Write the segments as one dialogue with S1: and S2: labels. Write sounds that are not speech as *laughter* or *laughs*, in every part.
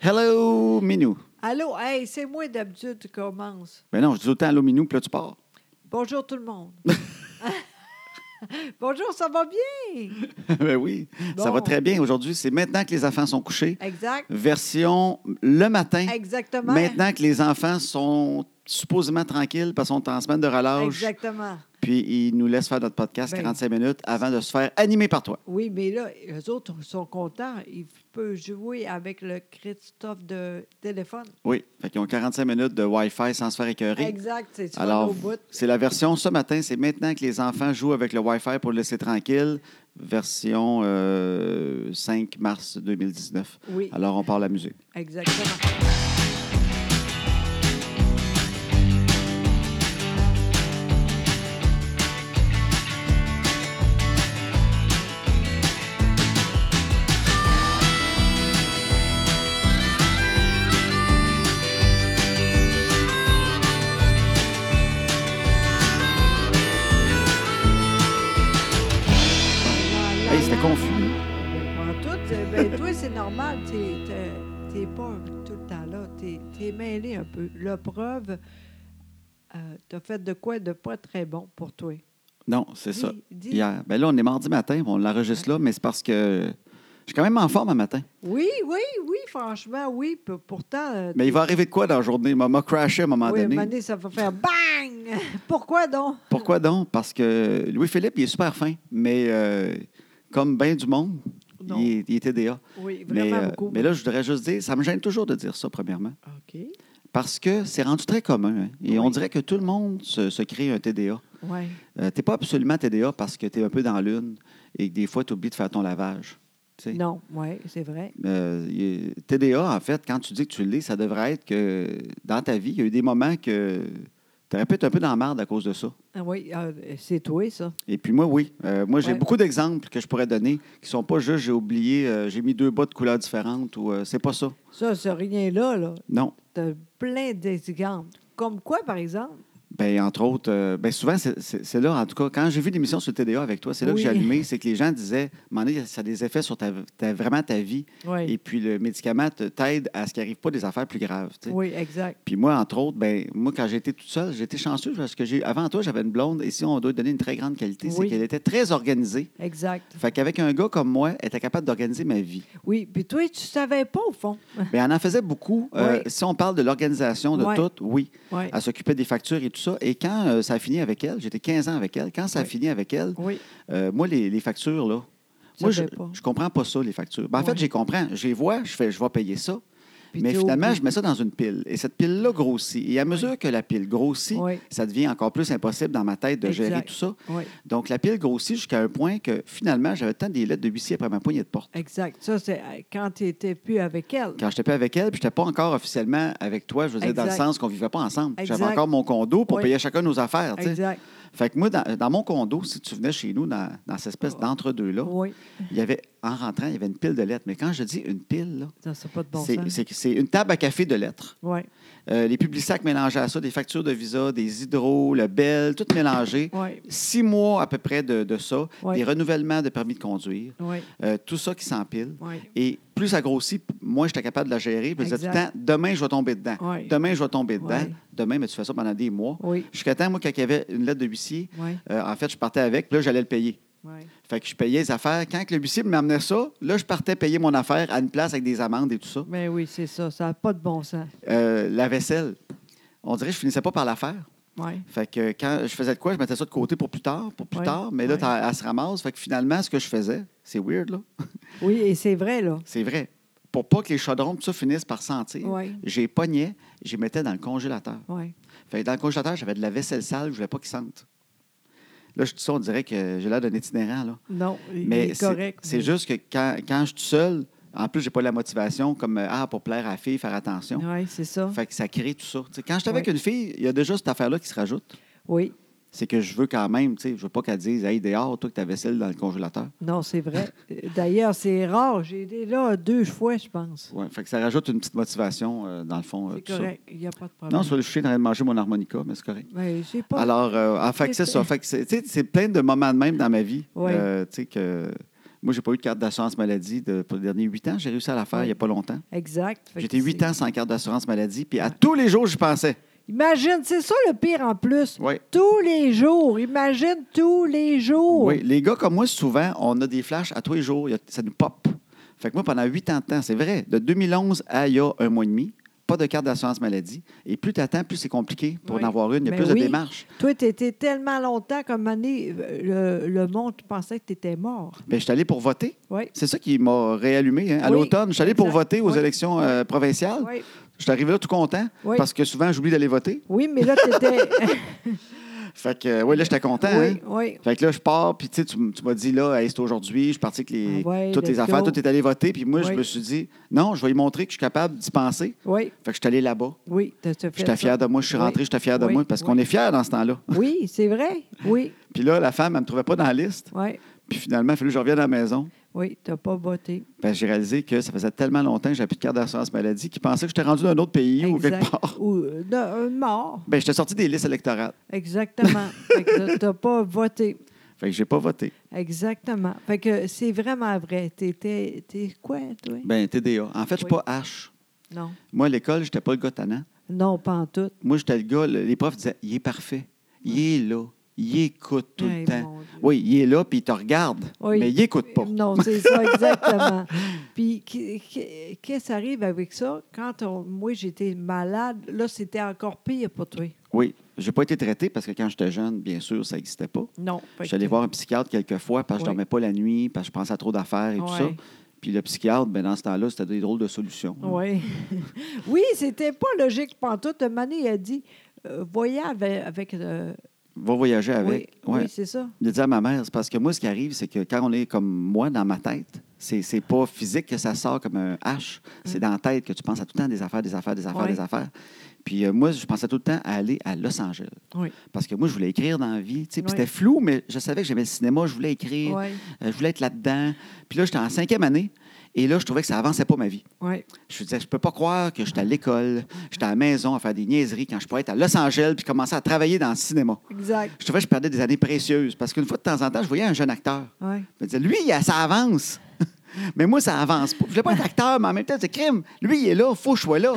S1: Hello, Minou.
S2: Allô, hey, c'est moi d'habitude qui commence.
S1: Ben non, je dis autant Allô, Minou, puis là, tu pars. *laughs*
S2: Bonjour tout le monde. Bonjour, ça va bien?
S1: ben oui, ça
S2: Bon.
S1: va très bien. Aujourd'hui, c'est maintenant que les enfants sont couchés.
S2: Exact.
S1: Version le matin.
S2: Exactement.
S1: Maintenant que les enfants sont supposément tranquilles parce qu'on est en semaine de relâche.
S2: Exactement.
S1: Puis ils nous laissent faire notre podcast
S2: Ben.
S1: 45 minutes avant de se faire animer par toi.
S2: Oui, mais là, les autres sont contents. Ils peuvent jouer avec le Christophe de téléphone.
S1: Oui, fait qu'ils ont 45 minutes de Wi-Fi sans se faire écœurer.
S2: Exact, c'est ça
S1: Alors,
S2: au bout.
S1: c'est la version ce matin, c'est maintenant que les enfants jouent avec le Wi-Fi pour le laisser tranquille, version euh, 5 mars 2019.
S2: Oui,
S1: Alors, on parle la musique.
S2: exactement.
S1: Hey, c'était confus.
S2: En tout, euh, ben, toi, c'est normal. T'es- t'es- T'es pas tout le temps là. T'es es mêlé un peu. La preuve, euh, t'as fait de quoi de pas très bon pour toi.
S1: Non, c'est ça.
S2: Dis- dis-
S1: Hier. Ben là, on est mardi matin, on l'enregistre là, mais c'est parce que je suis quand même en forme un matin.
S2: Oui, oui, oui, franchement, oui. P- pourtant, euh,
S1: Mais il va arriver de quoi dans la journée? Il m'a- m'a crashé à un moment
S2: oui, à un
S1: donné.
S2: moment donné, ça va faire bang! *laughs* Pourquoi donc?
S1: Pourquoi donc? Parce que Louis-Philippe, il est super fin, mais euh, comme bien du monde,
S2: Non.
S1: il, est- il est TDA.
S2: Oui,
S1: Mais,
S2: vraiment
S1: euh,
S2: beaucoup.
S1: mais là, je voudrais juste dire, ça me gêne toujours de dire ça, premièrement,
S2: OK.
S1: parce que c'est rendu très commun. hein. Et
S2: Oui.
S1: on dirait que tout le monde se, se crée un TDA.
S2: Oui.
S1: Euh, t'es pas absolument TDA parce que t'es un peu dans la l'une et que des fois, t'oublies de faire ton lavage. tu sais.
S2: Non, oui, c'est vrai.
S1: Euh, y- TDA, en fait, quand tu dis que tu l'es, ça devrait être que dans ta vie, il y a eu des moments que tu aurais pu être un peu dans la merde à cause de ça.
S2: Ah oui, ah, c'est toi, ça.
S1: Et puis moi, oui. Euh, moi, j'ai
S2: Ouais.
S1: beaucoup d'exemples que je pourrais donner qui sont pas juste j'ai oublié, euh, j'ai mis deux bas de couleurs différentes ou euh, c'est pas ça.
S2: Ça, ce rien-là, là,
S1: Non.
S2: t'as plein d'exemples. Comme quoi, par exemple?
S1: Ben, entre autres, euh, ben souvent, c'est- c'est c'est là, en tout cas, quand j'ai vu l'émission sur le TDA avec toi, c'est là que
S2: Oui.
S1: j'ai
S2: *laughs*
S1: allumé, c'est que les gens disaient, à un moment donné, ça a des effets sur ta, ta- vraiment ta vie.
S2: Oui.
S1: Et puis le médicament te- t'aide à ce qu'il n'arrive pas des affaires plus graves. tu sais.
S2: Oui, exact.
S1: Puis moi, entre autres, ben, moi, quand j'étais toute seule, j'étais chanceuse parce que j'ai avant toi, j'avais une blonde, et si on doit lui donner une très grande qualité, c'est
S2: Oui.
S1: qu'elle était très organisée.
S2: Exact.
S1: Fait qu'avec un gars comme moi, elle était capable d'organiser ma vie.
S2: Oui, puis toi, tu savais pas, au fond. *laughs*
S1: Mais elle en faisait beaucoup. Euh,
S2: Oui.
S1: Si on parle de l'organisation de
S2: Ouais.
S1: tout, oui.
S2: Oui.
S1: Elle s'occupait des factures et tout ça. Et quand euh, ça a fini avec elle, j'étais 15 ans avec elle, quand ça a
S2: Oui.
S1: fini avec elle,
S2: Oui.
S1: euh, moi, les, les factures, là,
S2: Tu
S1: moi, je,
S2: savais pas.
S1: je comprends pas ça, les factures. Ben, en
S2: Ouais.
S1: fait, j'y comprends. Je les vois, je fais, je vais payer ça.
S2: Puis
S1: Mais
S2: t'as
S1: finalement,
S2: oublié.
S1: je mets ça dans une pile. Et cette pile-là grossit. Et à mesure que la pile grossit,
S2: Oui.
S1: ça devient encore plus impossible dans ma tête de gérer
S2: Exact.
S1: tout ça.
S2: Oui,
S1: Donc, la pile grossit jusqu'à un point que finalement, j'avais tant des lettres de huissier après ma poignée de porte.
S2: exact. Ça, c'est euh, quand tu n'étais plus avec elle.
S1: Quand j'étais pas avec elle, puis j'étais pas encore officiellement avec toi, je veux dire, dans le
S2: Exact.
S1: sens qu'on vivait pas ensemble. J'avais
S2: Exact.
S1: encore mon condo pour
S2: Oui.
S1: payer chacun nos affaires. tu sais.
S2: Exact.
S1: Fait que moi, dans, dans mon condo, si tu venais chez nous, dans, dans cette
S2: Oh.
S1: espèce d'entre-deux-là,
S2: Oui.
S1: il y avait, en rentrant, il y avait une pile de lettres. Mais quand je dis une pile, là,
S2: Ça, c'est pas de bon
S1: c'est-
S2: sens.
S1: c'est c'est une table à café de lettres.
S2: Oui,
S1: Euh, les publics sacs mélangés à ça, des factures de visa, des hydros, le bel, tout mélangé.
S2: oui,
S1: Six mois à peu près de, de ça,
S2: Ouais.
S1: des renouvellements de permis de conduire,
S2: oui,
S1: euh, tout ça qui s'empile.
S2: oui.
S1: Et plus ça grossit, p- moins j'étais capable de la gérer. Puis Je disais tout le temps,
S2: Exact.
S1: demain, je vais tomber dedans.
S2: Ouais.
S1: Demain, je vais tomber dedans.
S2: Ouais.
S1: Demain, mais tu fais ça pendant des mois.
S2: Oui,
S1: Jusqu'à temps, moi, quand il y avait une lettre de huissier,
S2: oui,
S1: euh, en fait, je partais avec, puis là, j'allais le payer.
S2: oui.
S1: Fait que je payais les affaires. Quand que le huissier m'amenait ça, là, je partais payer mon affaire à une place avec des amendes et tout ça.
S2: Mais Ben oui, c'est ça. Ça n'a pas de bon sens.
S1: Euh, la vaisselle, on dirait que je finissais pas par la faire.
S2: Oui,
S1: Fait que quand je faisais de quoi, je mettais ça de côté pour plus tard, pour plus
S2: Ouais,
S1: tard, mais là,
S2: ouais.
S1: t'as- elle se ramasse. Fait que finalement, ce que je faisais, c'est weird, là.
S2: oui et c'est vrai, là.
S1: C'est vrai. Pour pas que les chaudrons, tout ça, finissent par sentir,
S2: Ouais.
S1: j'ai pogné, j'y mettais dans le congélateur.
S2: Oui. fait
S1: Fait que dans le congélateur, j'avais de la vaisselle sale, je voulais pas qu'ils sentent. Là, je dis ça, on dirait que j'ai l'air d'un itinérant, là.
S2: Non, il
S1: Mais
S2: est
S1: c'est-
S2: correct.
S1: C'est
S2: mais-
S1: juste que quand, quand je suis tout seul, en plus, j'ai pas la motivation comme euh, ah, pour plaire à la fille, faire attention.
S2: Oui, c'est ça.
S1: Fait que ça crée tout ça. Tu sais, quand je suis avec
S2: Ouais.
S1: une fille, il y a déjà cette affaire-là qui se rajoute.
S2: Oui.
S1: c'est que je veux quand même, tu sais, je veux pas qu'elle dise, hey, dehors, toi, que ta vaisselle dans le congélateur.
S2: Non, c'est vrai. D'ailleurs, c'est rare. J'ai été là deux fois, je pense.
S1: Ouais, fait que ça rajoute une petite motivation, euh, dans le fond, euh,
S2: C'est
S1: tout ça.
S2: correct. Il n'y a pas de problème.
S1: Non, sur le chien, en train de manger mon harmonica, mais c'est correct.
S2: Mais j'ai pas. hein.
S1: Alors, euh, ah, fait que c'est ça. Fait que c'est tu sais, c'est plein de moments de même dans ma vie.
S2: Ouais.
S1: euh, tu sais, que Moi, j'ai pas eu de carte d'assurance maladie de- pour les derniers huit ans. J'ai réussi à la faire il n'y a pas longtemps.
S2: Exact. Fait que
S1: J'étais huit
S2: c'est-
S1: ans sans carte d'assurance maladie, puis à tous les jours, je pensais.
S2: Imagine, c'est ça le pire en plus.
S1: Oui.
S2: Tous les jours. Imagine tous les jours.
S1: Oui, les gars comme moi, souvent, on a des flashs à tous les jours. Il y a- Ça nous pop. Fait que moi, pendant huit ans de temps, c'est vrai, de 2011 à il y a un mois et demi, pas de carte d'assurance maladie. Et plus tu attends, plus c'est compliqué pour
S2: Oui.
S1: en avoir une. Il y a
S2: Ben
S1: plus
S2: oui.
S1: de démarches.
S2: Toi, tu étais tellement longtemps comme année, euh, le, le monde pensait que tu étais mort.
S1: Ben, je suis allé pour voter.
S2: Oui.
S1: C'est ça qui m'a réallumé. hein. À
S2: Oui,
S1: l'automne, je suis allé pour
S2: exact.
S1: voter aux
S2: Oui.
S1: élections euh, provinciales.
S2: Oui.
S1: Je suis arrivé là tout content
S2: Oui.
S1: parce que souvent, j'oublie d'aller voter.
S2: oui, mais là, tu
S1: *laughs*
S2: étais.
S1: Fait que, euh, ouais, là, j'étais content. hein.
S2: *laughs* oui, oui.
S1: Fait que là, je pars, puis tu sais, tu m- tu m'as dit, là, Hey, c'est aujourd'hui, je suis parti avec les,
S2: Ah ouais,
S1: toutes les
S2: let's
S1: affaires,
S2: go.
S1: tout est allé voter, puis moi, je
S2: Oui.
S1: me suis dit, non, je vais lui montrer que je suis capable d'y penser.
S2: Oui,
S1: Fait que je suis allé là-bas.
S2: oui. t'as- t'as fait
S1: J'étais
S2: ça.
S1: fier de moi, je suis
S2: Oui.
S1: rentré, j'étais fier de
S2: Oui.
S1: moi, parce
S2: Oui.
S1: qu'on est fier dans ce temps-là.
S2: Oui, c'est vrai. Oui,
S1: Puis là, la femme, elle me trouvait pas dans la liste,
S2: oui.
S1: puis finalement, il a fallu que je revienne à la maison.
S2: Oui, t'as pas voté.
S1: Parce que j'ai réalisé que ça faisait tellement longtemps que j'avais plus de carte d'assurance maladie qu'ils pensaient que j'étais rendu dans un autre pays ou
S2: Exact.
S1: quelque part.
S2: Ou euh, de- euh, mort.
S1: Ben, j'étais sorti des listes électorales.
S2: Exactement. fait que t'as pas voté.
S1: Fait que j'ai pas voté.
S2: Exactement. Fait que c'est vraiment vrai. T'étais. T'es quoi, toi?
S1: Ben, TDA. En fait, je suis
S2: Oui.
S1: pas H.
S2: Non.
S1: Moi, à l'école, j'étais pas le gars tannant.
S2: Non, pas en tout.
S1: Moi, j'étais le gars, le- les profs disaient Il est parfait. Il est là. Il écoute tout
S2: Hey,
S1: le temps.
S2: mon Dieu.
S1: Oui, il est là, puis il te regarde,
S2: Oui.
S1: mais il écoute pas.
S2: Non, c'est ça,
S1: *laughs*
S2: exactement. Puis, qui- qui- qu'est-ce qui arrive avec ça? Quand on- moi, j'étais malade, là, c'était encore pire pour toi.
S1: Oui, j'ai pas été traité parce que quand j'étais jeune, bien sûr, ça n'existait pas.
S2: Non.
S1: Je suis allé voir un psychiatre quelques fois parce que je
S2: Oui.
S1: dormais pas la nuit, parce que je pensais à trop d'affaires et tout ça.
S2: Ouais.
S1: Puis le psychiatre, ben, dans ce temps-là, c'était des drôles de solutions.
S2: Oui. *laughs* oui, c'était pas logique. Pantoute, Mané a dit euh, voyez avec. avec, euh,
S1: Va voyager avec.
S2: Oui,
S1: Ouais.
S2: oui, c'est ça.
S1: de dire à ma mère, c'est parce que moi, ce qui arrive, c'est que quand on est comme moi dans ma tête, c'est, c'est pas physique que ça sort comme un H, c'est dans la tête que tu penses à tout le temps des affaires, des affaires, des affaires,
S2: Mm. Ouais.
S1: des affaires. Puis euh, moi, je pensais tout le temps à aller à Los Angeles.
S2: Oui.
S1: Parce que moi, je voulais écrire dans la vie. tu sais, Puis
S2: Ouais.
S1: c'était flou, mais je savais que j'aimais le cinéma, je voulais écrire,
S2: Ouais.
S1: euh, je voulais être là-dedans. Puis là, j'étais en cinquième année, et là, je trouvais que ça avançait pas ma vie.
S2: Oui.
S1: Je me disais, je peux pas croire que j'étais à l'école, j'étais à la maison à faire des niaiseries quand je pourrais être à Los Angeles puis commencer à travailler dans le cinéma
S2: Exact.
S1: je trouvais que je perdais des années précieuses parce qu'une fois de temps en temps, je voyais un jeune acteur.
S2: Oui.
S1: Je me disais, lui, il a- ça avance. *laughs* mais moi, ça avance pas. Je voulais pas être acteur, mais en même temps, c'est crime. Lui, il est là, faut que je sois là.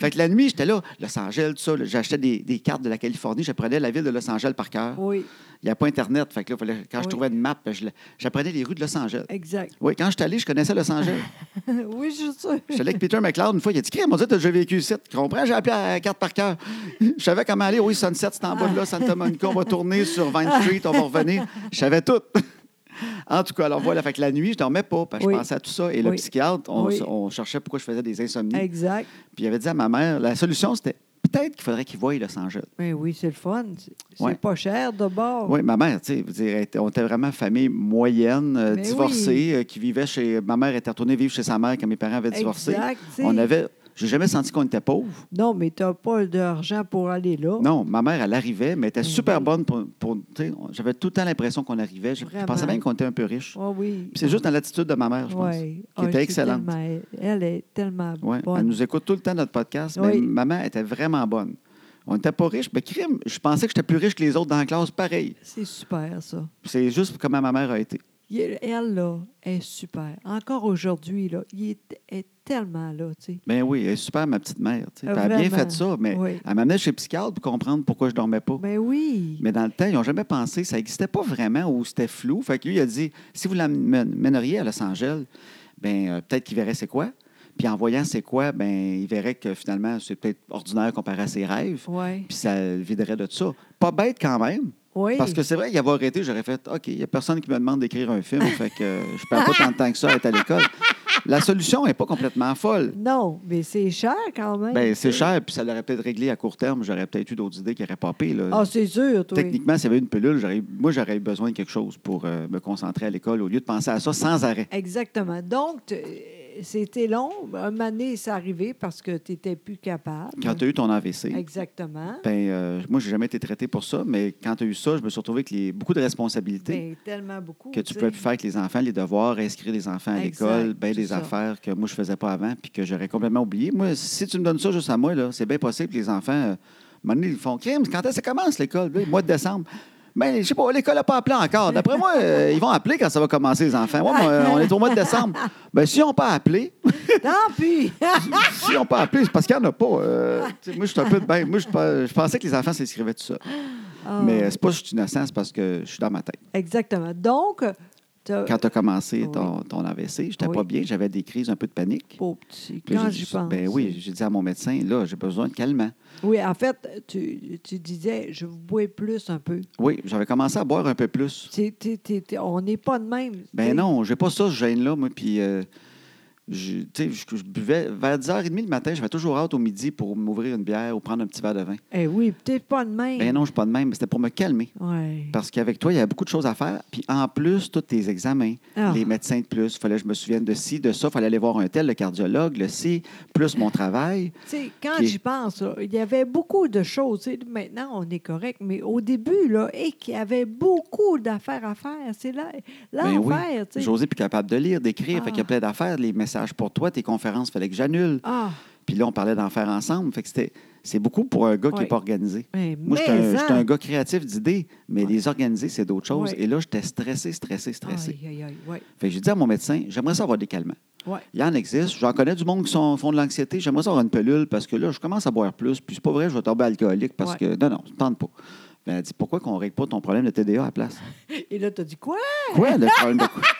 S1: fait que la nuit, j'étais là, Los Angeles, tout ça. là, J'achetais des, des cartes de la Californie, j'apprenais la ville de Los Angeles par cœur.
S2: Oui,
S1: Il n'y a pas Internet. Fait que là, fallait- quand je
S2: Oh. Oui.
S1: trouvais une map, je la- j'apprenais les rues de Los Angeles.
S2: exact. *laughs*
S1: Oui, quand je suis allé, je connaissais Los Angeles.
S2: oui, je suis sûre.
S1: J'étais allé avec Peter McLeod une fois, il a dit Crème, on dirait que j'ai vécu ici. Tu comprends J'ai appelé à la carte par cœur. Je savais comment aller. Oui, Sunset, c'est en bas de là, Santa Monica, on va tourner sur 20 Street, on va revenir. Je savais tout. En tout cas, alors voilà, fait que la nuit, je dormais pas parce que
S2: Oui.
S1: je pensais à tout ça. Et le
S2: Oui.
S1: psychiatre, on,
S2: Oui.
S1: on cherchait pourquoi je faisais des insomnies.
S2: Exact.
S1: Puis il avait dit à ma mère la solution, c'était peut-être qu'il faudrait qu'il voie Los Angeles.
S2: Mais oui, c'est le fun. C'est c'est
S1: Ouais.
S2: pas cher de bord.
S1: Oui, ma mère, tu sais, je veux dire, elle était- on était vraiment famille moyenne, euh,
S2: Mais
S1: divorcée, euh, qui vivait chez. Ma mère était retournée vivre chez sa mère quand mes parents avaient divorcé.
S2: Exact, tu sais.
S1: On avait. J'ai jamais senti qu'on était pauvres.
S2: Non, mais t'as pas d'argent pour aller là.
S1: Non, ma mère, elle arrivait, mais elle était
S2: Mm-hmm.
S1: super bonne pour. pour- tu sais, on- J'avais tout le temps l'impression qu'on arrivait. Je, je
S2: Vraiment.
S1: pensais même qu'on était un peu riche.
S2: Ah oui.
S1: Puis c'est juste dans l'attitude de ma mère, je pense.
S2: Ouais.
S1: Qui
S2: Ah,
S1: était
S2: c'est
S1: excellente.
S2: tellement- Elle est tellement
S1: Ouais, Elle
S2: bonne.
S1: nous écoute tout le temps notre podcast, mais
S2: Oui.
S1: maman était vraiment bonne. On n'était pas riche, mais crime, je pensais que j'étais plus riche que les autres dans la classe, pareil.
S2: C'est super, ça.
S1: C'est juste comment ma mère a été.
S2: Il est- Elle, là, est super. Encore aujourd'hui, là, il est, est tellement là, tu sais.
S1: Ben oui, elle est super, ma petite mère. tu sais. Puis
S2: Ah,
S1: Elle a bien
S2: vraiment.
S1: fait ça, mais
S2: Oui.
S1: elle m'amenait chez le psychiatre pour comprendre pourquoi je dormais pas.
S2: Mais Ben oui.
S1: Mais dans le temps, ils n'ont jamais pensé, ça n'existait pas vraiment ou c'était flou. Fait que lui, il a dit si vous l'amèneriez à Los Angeles, ben, euh, peut-être qu'il verrait c'est quoi. Puis en voyant c'est quoi, ben, il verrait que finalement, c'est peut-être ordinaire comparé à ses rêves.
S2: Oui.
S1: Puis ça le viderait de tout ça. Pas bête quand même.
S2: Oui.
S1: Parce que c'est vrai, il avait arrêté, j'aurais fait OK, il n'y a personne qui me demande d'écrire un film, fait que euh, je perds pas tant de temps que ça à être à l'école. La solution n'est pas complètement folle.
S2: Non, mais c'est cher quand même.
S1: Ben, c'est cher, puis ça l'aurait peut-être réglé à court terme. J'aurais peut-être eu d'autres idées qui auraient popé. Là.
S2: Ah, c'est sûr, toi.
S1: Techniquement, s'il y avait une pilule, j'aurais- moi, j'aurais eu besoin de quelque chose pour euh, me concentrer à l'école au lieu de penser à ça sans arrêt.
S2: Exactement. Donc, t- c'était long. Un moment donné, c'est arrivé parce que tu n'étais plus capable.
S1: Quand tu as eu ton AVC,
S2: Exactement.
S1: ben, euh, moi, j'ai jamais été traité pour ça, mais quand tu as eu ça, je me suis retrouvé avec les- beaucoup de responsabilités
S2: Ben, tellement beaucoup.
S1: que tu
S2: sais.
S1: pouvais plus faire avec les enfants, les devoirs, inscrire les enfants à
S2: Exact,
S1: l'école, ben
S2: tout
S1: des
S2: ça.
S1: affaires que moi, je faisais pas avant puis que j'aurais complètement oublié. Moi, si tu me donnes ça juste à moi, là, c'est bien possible que les enfants, euh, à un moment donné, ils font crime. Quand est-ce que ça commence l'école? Là, mois de décembre. Ben, je sais pas, l'école n'a pas appelé encore. D'après moi,
S2: *laughs*
S1: euh, ils vont appeler quand ça va commencer, les enfants. Ouais, mais, euh, on est au mois de décembre. Ben, si on pas appelé,
S2: Tant pis!
S1: si on pas appelé, c'est parce qu'il n'y en a pas. Euh, tu sais, moi, je suis un peu de ben, Moi, je pe- je pensais que les enfants s'inscrivaient tout ça.
S2: Ah,
S1: *laughs* Mais euh, c'est pas juste innocent, c'est parce que je suis dans ma tête.
S2: Exactement. Donc, t'as-
S1: Quand tu as commencé ton, ton AVC, j'étais pas
S2: Oui.
S1: bien, j'avais des crises, un peu de panique.
S2: pauvre petit,
S1: Puis
S2: quand
S1: j'ai
S2: j'y
S1: dit,
S2: pense.
S1: Ben oui, j'ai dit à mon médecin, là, j'ai besoin de calmant.
S2: Oui, en fait, tu, tu disais, je vous bois plus un peu.
S1: Oui, j'avais commencé à boire un peu plus.
S2: T'es- t'es- t'es- t'es- on n'est pas de même. t'sais.
S1: Ben non, j'ai pas ça, ce gêne-là, moi. Puis, euh, je, tu sais, je, je buvais vers 10h30 le matin, j'avais toujours hâte au midi pour m'ouvrir une bière ou prendre un petit verre de vin.
S2: Eh oui, t'es pas de même.
S1: Ben non, je suis pas de même, mais c'était pour me calmer.
S2: Ouais.
S1: Parce qu'avec toi, il y avait beaucoup de choses à faire. Puis en plus, tous tes examens,
S2: Ah.
S1: les médecins de plus, il fallait que je me souvienne de ci, de ça, il fallait aller voir un tel, le cardiologue, le ci, plus mon travail.
S2: T'sais, quand
S1: Puis-
S2: j'y pense, là, il y avait beaucoup de choses. t'sais, Maintenant, on est correct, mais au début, là, et qu'il y avait beaucoup d'affaires à faire. C'est là,
S1: Ben oui.
S2: l'enfer, tu sais.
S1: José, plus capable de lire, d'écrire, fait qu'il y a
S2: Ah.
S1: plein d'affaires, les messages pour toi, tes conférences, fallait que j'annule.
S2: Ah,
S1: Puis là, on parlait d'en faire ensemble. Fait que c'était, c'est beaucoup pour un gars qui
S2: Ouais.
S1: n'est pas organisé.
S2: mais
S1: Moi, j'étais un,
S2: mais
S1: j'étais
S2: en-
S1: un gars créatif d'idées, mais les organiser, c'est d'autres choses.
S2: Ouais.
S1: Et là, j'étais stressé, stressé, stressé.
S2: Aïe, aïe, aïe, ouais,
S1: Fait que j'ai dit à mon médecin, j'aimerais ça avoir des calmants.
S2: ouais.
S1: Il y en existe. J'en connais du monde qui sont, font de l'anxiété. J'aimerais ça avoir une pelule parce que là, je commence à boire plus. Puis c'est pas vrai, je vais tomber alcoolique parce
S2: Ouais.
S1: que. Non, non, ça ne tente pas. Ben, elle dit, pourquoi qu'on ne règle pas ton problème de TDA à la place?
S2: Et là, t'as dit quoi?
S1: Quoi, le problème de quoi? *laughs*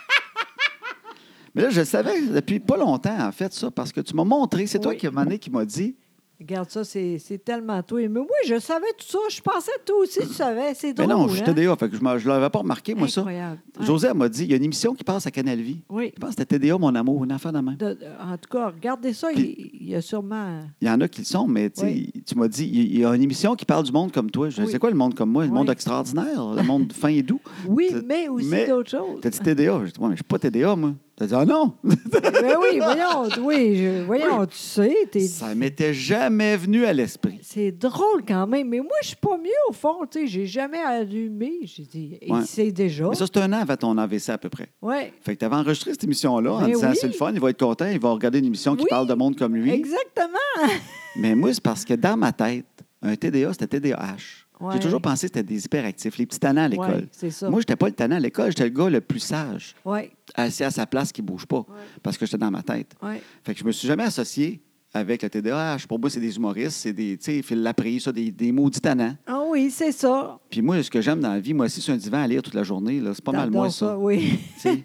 S1: Mais là, je le savais depuis pas longtemps, en fait, ça, parce que tu m'as montré. C'est toi
S2: Oui.
S1: qui, à un moment donné, qui m'as dit.
S2: Regarde ça, c'est c'est tellement toi. Mais oui, je savais tout ça. Je pensais que toi aussi, tu savais. C'est
S1: Mais
S2: drôle.
S1: non, je suis
S2: hein?
S1: TDA, fait que je ne l'avais pas remarqué, moi, ça.
S2: Incroyable. Ouais.
S1: José, elle m'a dit, il y a une émission qui passe à Canal Vie.
S2: Oui.
S1: Je pense que c'était TDA, mon amour, une affaire de même.
S2: De- en tout cas, regardez ça. il- il y a sûrement.
S1: Il y en a qui le sont, mais tu sais,
S2: Oui.
S1: tu m'as dit, il y a une émission qui parle du monde comme toi. Je
S2: Oui.
S1: sais quoi, le monde comme moi, le
S2: Oui.
S1: monde extraordinaire, le monde fin et
S2: *laughs*
S1: doux.
S2: Oui,
S1: T'as-
S2: mais aussi
S1: mais-
S2: d'autres choses.
S1: T'as dit TDA. J'ai dit, ouais, mais je suis pas TDA, moi. T'as dit, ah non!
S2: Ben oui, voyons, oui, je- voyons, tu sais, t'es-
S1: Ça m'était jamais venu à l'esprit.
S2: c'est drôle quand même. Mais moi, je suis pas mieux au fond, tu sais, j'ai jamais allumé. J'ai dit, et
S1: Ouais.
S2: c'est déjà.
S1: Mais ça, c'est un an avant ton AVC à peu près.
S2: Ouais,
S1: Fait que t'avais enregistré cette émission-là en
S2: Mais
S1: disant,
S2: Ben oui.
S1: c'est le fun, il va être content, il va regarder une émission qui
S2: Oui.
S1: parle de monde comme lui.
S2: exactement.
S1: Mais moi, c'est parce que dans ma tête, un TDA, c'était TDAH.
S2: Ouais.
S1: J'ai toujours pensé que c'était des hyperactifs, les petits tannants à l'école.
S2: Ouais, c'est ça.
S1: Moi, je n'étais pas le tannant à l'école, j'étais le gars le plus sage,
S2: Ouais,
S1: assis à sa place qui ne bouge pas, parce que j'étais dans ma tête.
S2: ouais.
S1: Fait que je me suis jamais associé avec le TDAH. Pour moi, c'est des humoristes, c'est des, tu sais, Phil Laprise, ça, des, des maudits tannants.
S2: Ah oui, c'est ça.
S1: Puis moi, ce que j'aime dans la vie, moi aussi, sur un divan à lire toute la journée, là, c'est pas mal
S2: T'adores
S1: moins ça.
S2: Oui.
S1: tu sais.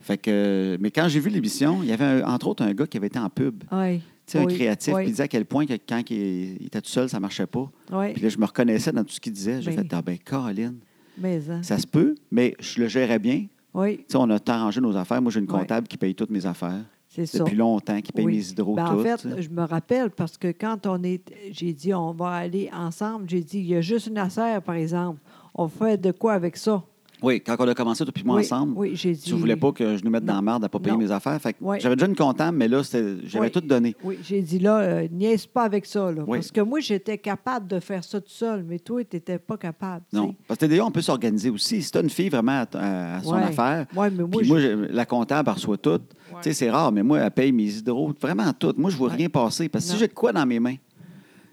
S1: Fait que, mais quand j'ai vu l'émission, il y avait un- entre autres un gars qui avait été en pub,
S2: Ouais.
S1: tu sais, un
S2: Oui,
S1: créatif,
S2: oui,
S1: qui disait à quel point que quand il, il était tout seul, ça marchait pas.
S2: oui.
S1: Puis là, je me reconnaissais dans tout ce qu'il disait. J'ai
S2: Ben.
S1: fait, ah ben, Caroline,
S2: Mais, hein,
S1: ça se peut, mais je le gérais bien.
S2: oui,
S1: Tu sais, on a arrangé nos affaires. Moi, j'ai une
S2: Ouais.
S1: comptable qui paye toutes mes affaires
S2: c'est ça.
S1: depuis longtemps, qui paye
S2: Oui.
S1: mes hydros,
S2: Ben,
S1: tout.
S2: en
S1: tu sais.
S2: fait, je me rappelle parce que quand on est, j'ai dit on va aller ensemble, j'ai dit il y a juste une affaire par exemple, on fait de quoi avec ça
S1: Oui, quand on a commencé, toi puis moi
S2: Oui,
S1: ensemble,
S2: Oui, j'ai dit.
S1: tu voulais pas que je nous mette dans
S2: Non.
S1: la merde à pas payer
S2: Non.
S1: mes affaires. Fait que
S2: Ouais.
S1: j'avais déjà une comptable, mais là, c'était- j'avais
S2: Oui.
S1: tout donné.
S2: Oui, j'ai dit là, euh, niaise pas avec ça là,
S1: Oui.
S2: parce que moi j'étais capable de faire ça tout seul, mais toi tu n'étais pas capable. tu
S1: Non.
S2: sais.
S1: Parce que d'ailleurs, on peut s'organiser aussi. Si tu as une fille vraiment à, à- à son
S2: Ouais.
S1: affaire,
S2: Ouais, mais moi,
S1: puis
S2: je-
S1: moi, je- la comptable elle reçoit tout. Tu sais, c'est rare, mais moi, elle paye mes hydros, vraiment tout. Moi, je vois
S2: Ouais.
S1: rien passer. Parce que
S2: Non.
S1: si j'ai de quoi dans mes mains, tu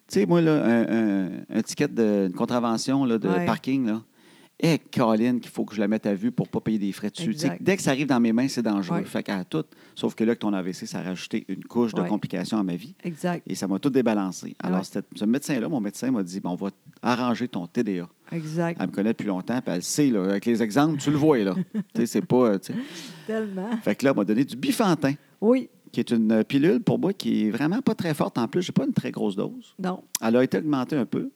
S1: sais, moi, là, un, un- un ticket de une contravention là, de
S2: Ouais.
S1: parking, là. Eh, Caroline, qu'il faut que je la mette à vue pour ne pas payer des frais dessus. Tu sais,
S2: Exact.
S1: Dès que ça arrive dans mes mains, c'est dangereux.
S2: Ouais.
S1: Fait qu'à tout. Sauf que là, que ton AVC, ça a rajouté une couche de
S2: Ouais.
S1: complications à ma vie.
S2: Exact,
S1: Et ça m'a tout débalancé. Alors,
S2: Ouais.
S1: c'était- ce médecin-là, mon médecin m'a dit, Ben, on va arranger ton TDA.
S2: exact,
S1: Elle me connaît depuis longtemps, puis elle sait, là, avec les exemples, tu le vois,
S2: *laughs*
S1: là. tu sais, c'est pas... euh, tu sais.
S2: tellement.
S1: Fait que là, elle m'a donné du bifantin,
S2: Oui,
S1: qui est une euh, pilule, pour moi, qui est vraiment pas très forte. En plus, j'ai pas une très grosse dose.
S2: non,
S1: Elle a été augmentée un peu.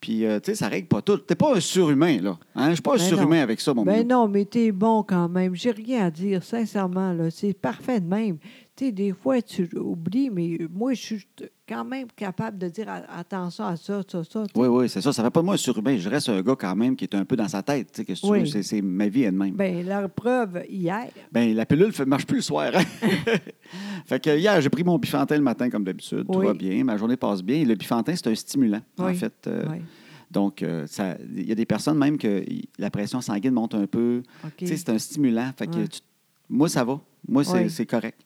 S1: Puis, euh, tu sais, ça règle pas tout. T'es pas un surhumain, là. Hein? Je suis pas un
S2: Ben
S1: surhumain
S2: non.
S1: avec ça, mon
S2: ben
S1: minou.
S2: non, mais t'es bon quand même. J'ai rien à dire, sincèrement. Là. C'est parfait de même. Tu sais, des fois, tu oublies, mais moi, je suis quand même capable de dire a- attention à ça, ça, ça.
S1: Oui, oui, c'est ça. Ça fait pas de moi un surhumain. Je reste un gars quand même qui est un peu dans sa tête. Tu sais, qu'est-ce que tu
S2: Oui.
S1: veux, c'est- c'est ma vie elle-même.
S2: Ben, la preuve, hier,
S1: Ben, la pilule ne marche plus le soir.
S2: *laughs*
S1: hein? fait que hier, j'ai pris mon bifantin le matin comme d'habitude. Tout
S2: Oui.
S1: va bien, ma journée passe bien. Et le bifantin, c'est un stimulant, en
S2: Oui.
S1: fait. Euh,
S2: Oui.
S1: Donc, euh, ça- il y a des personnes même que y- la pression sanguine monte un peu.
S2: OK.
S1: Tu sais, c'est un stimulant. Fait que
S2: Ouais.
S1: tu- moi, ça va. Moi, c'est
S2: Oui.
S1: c'est correct.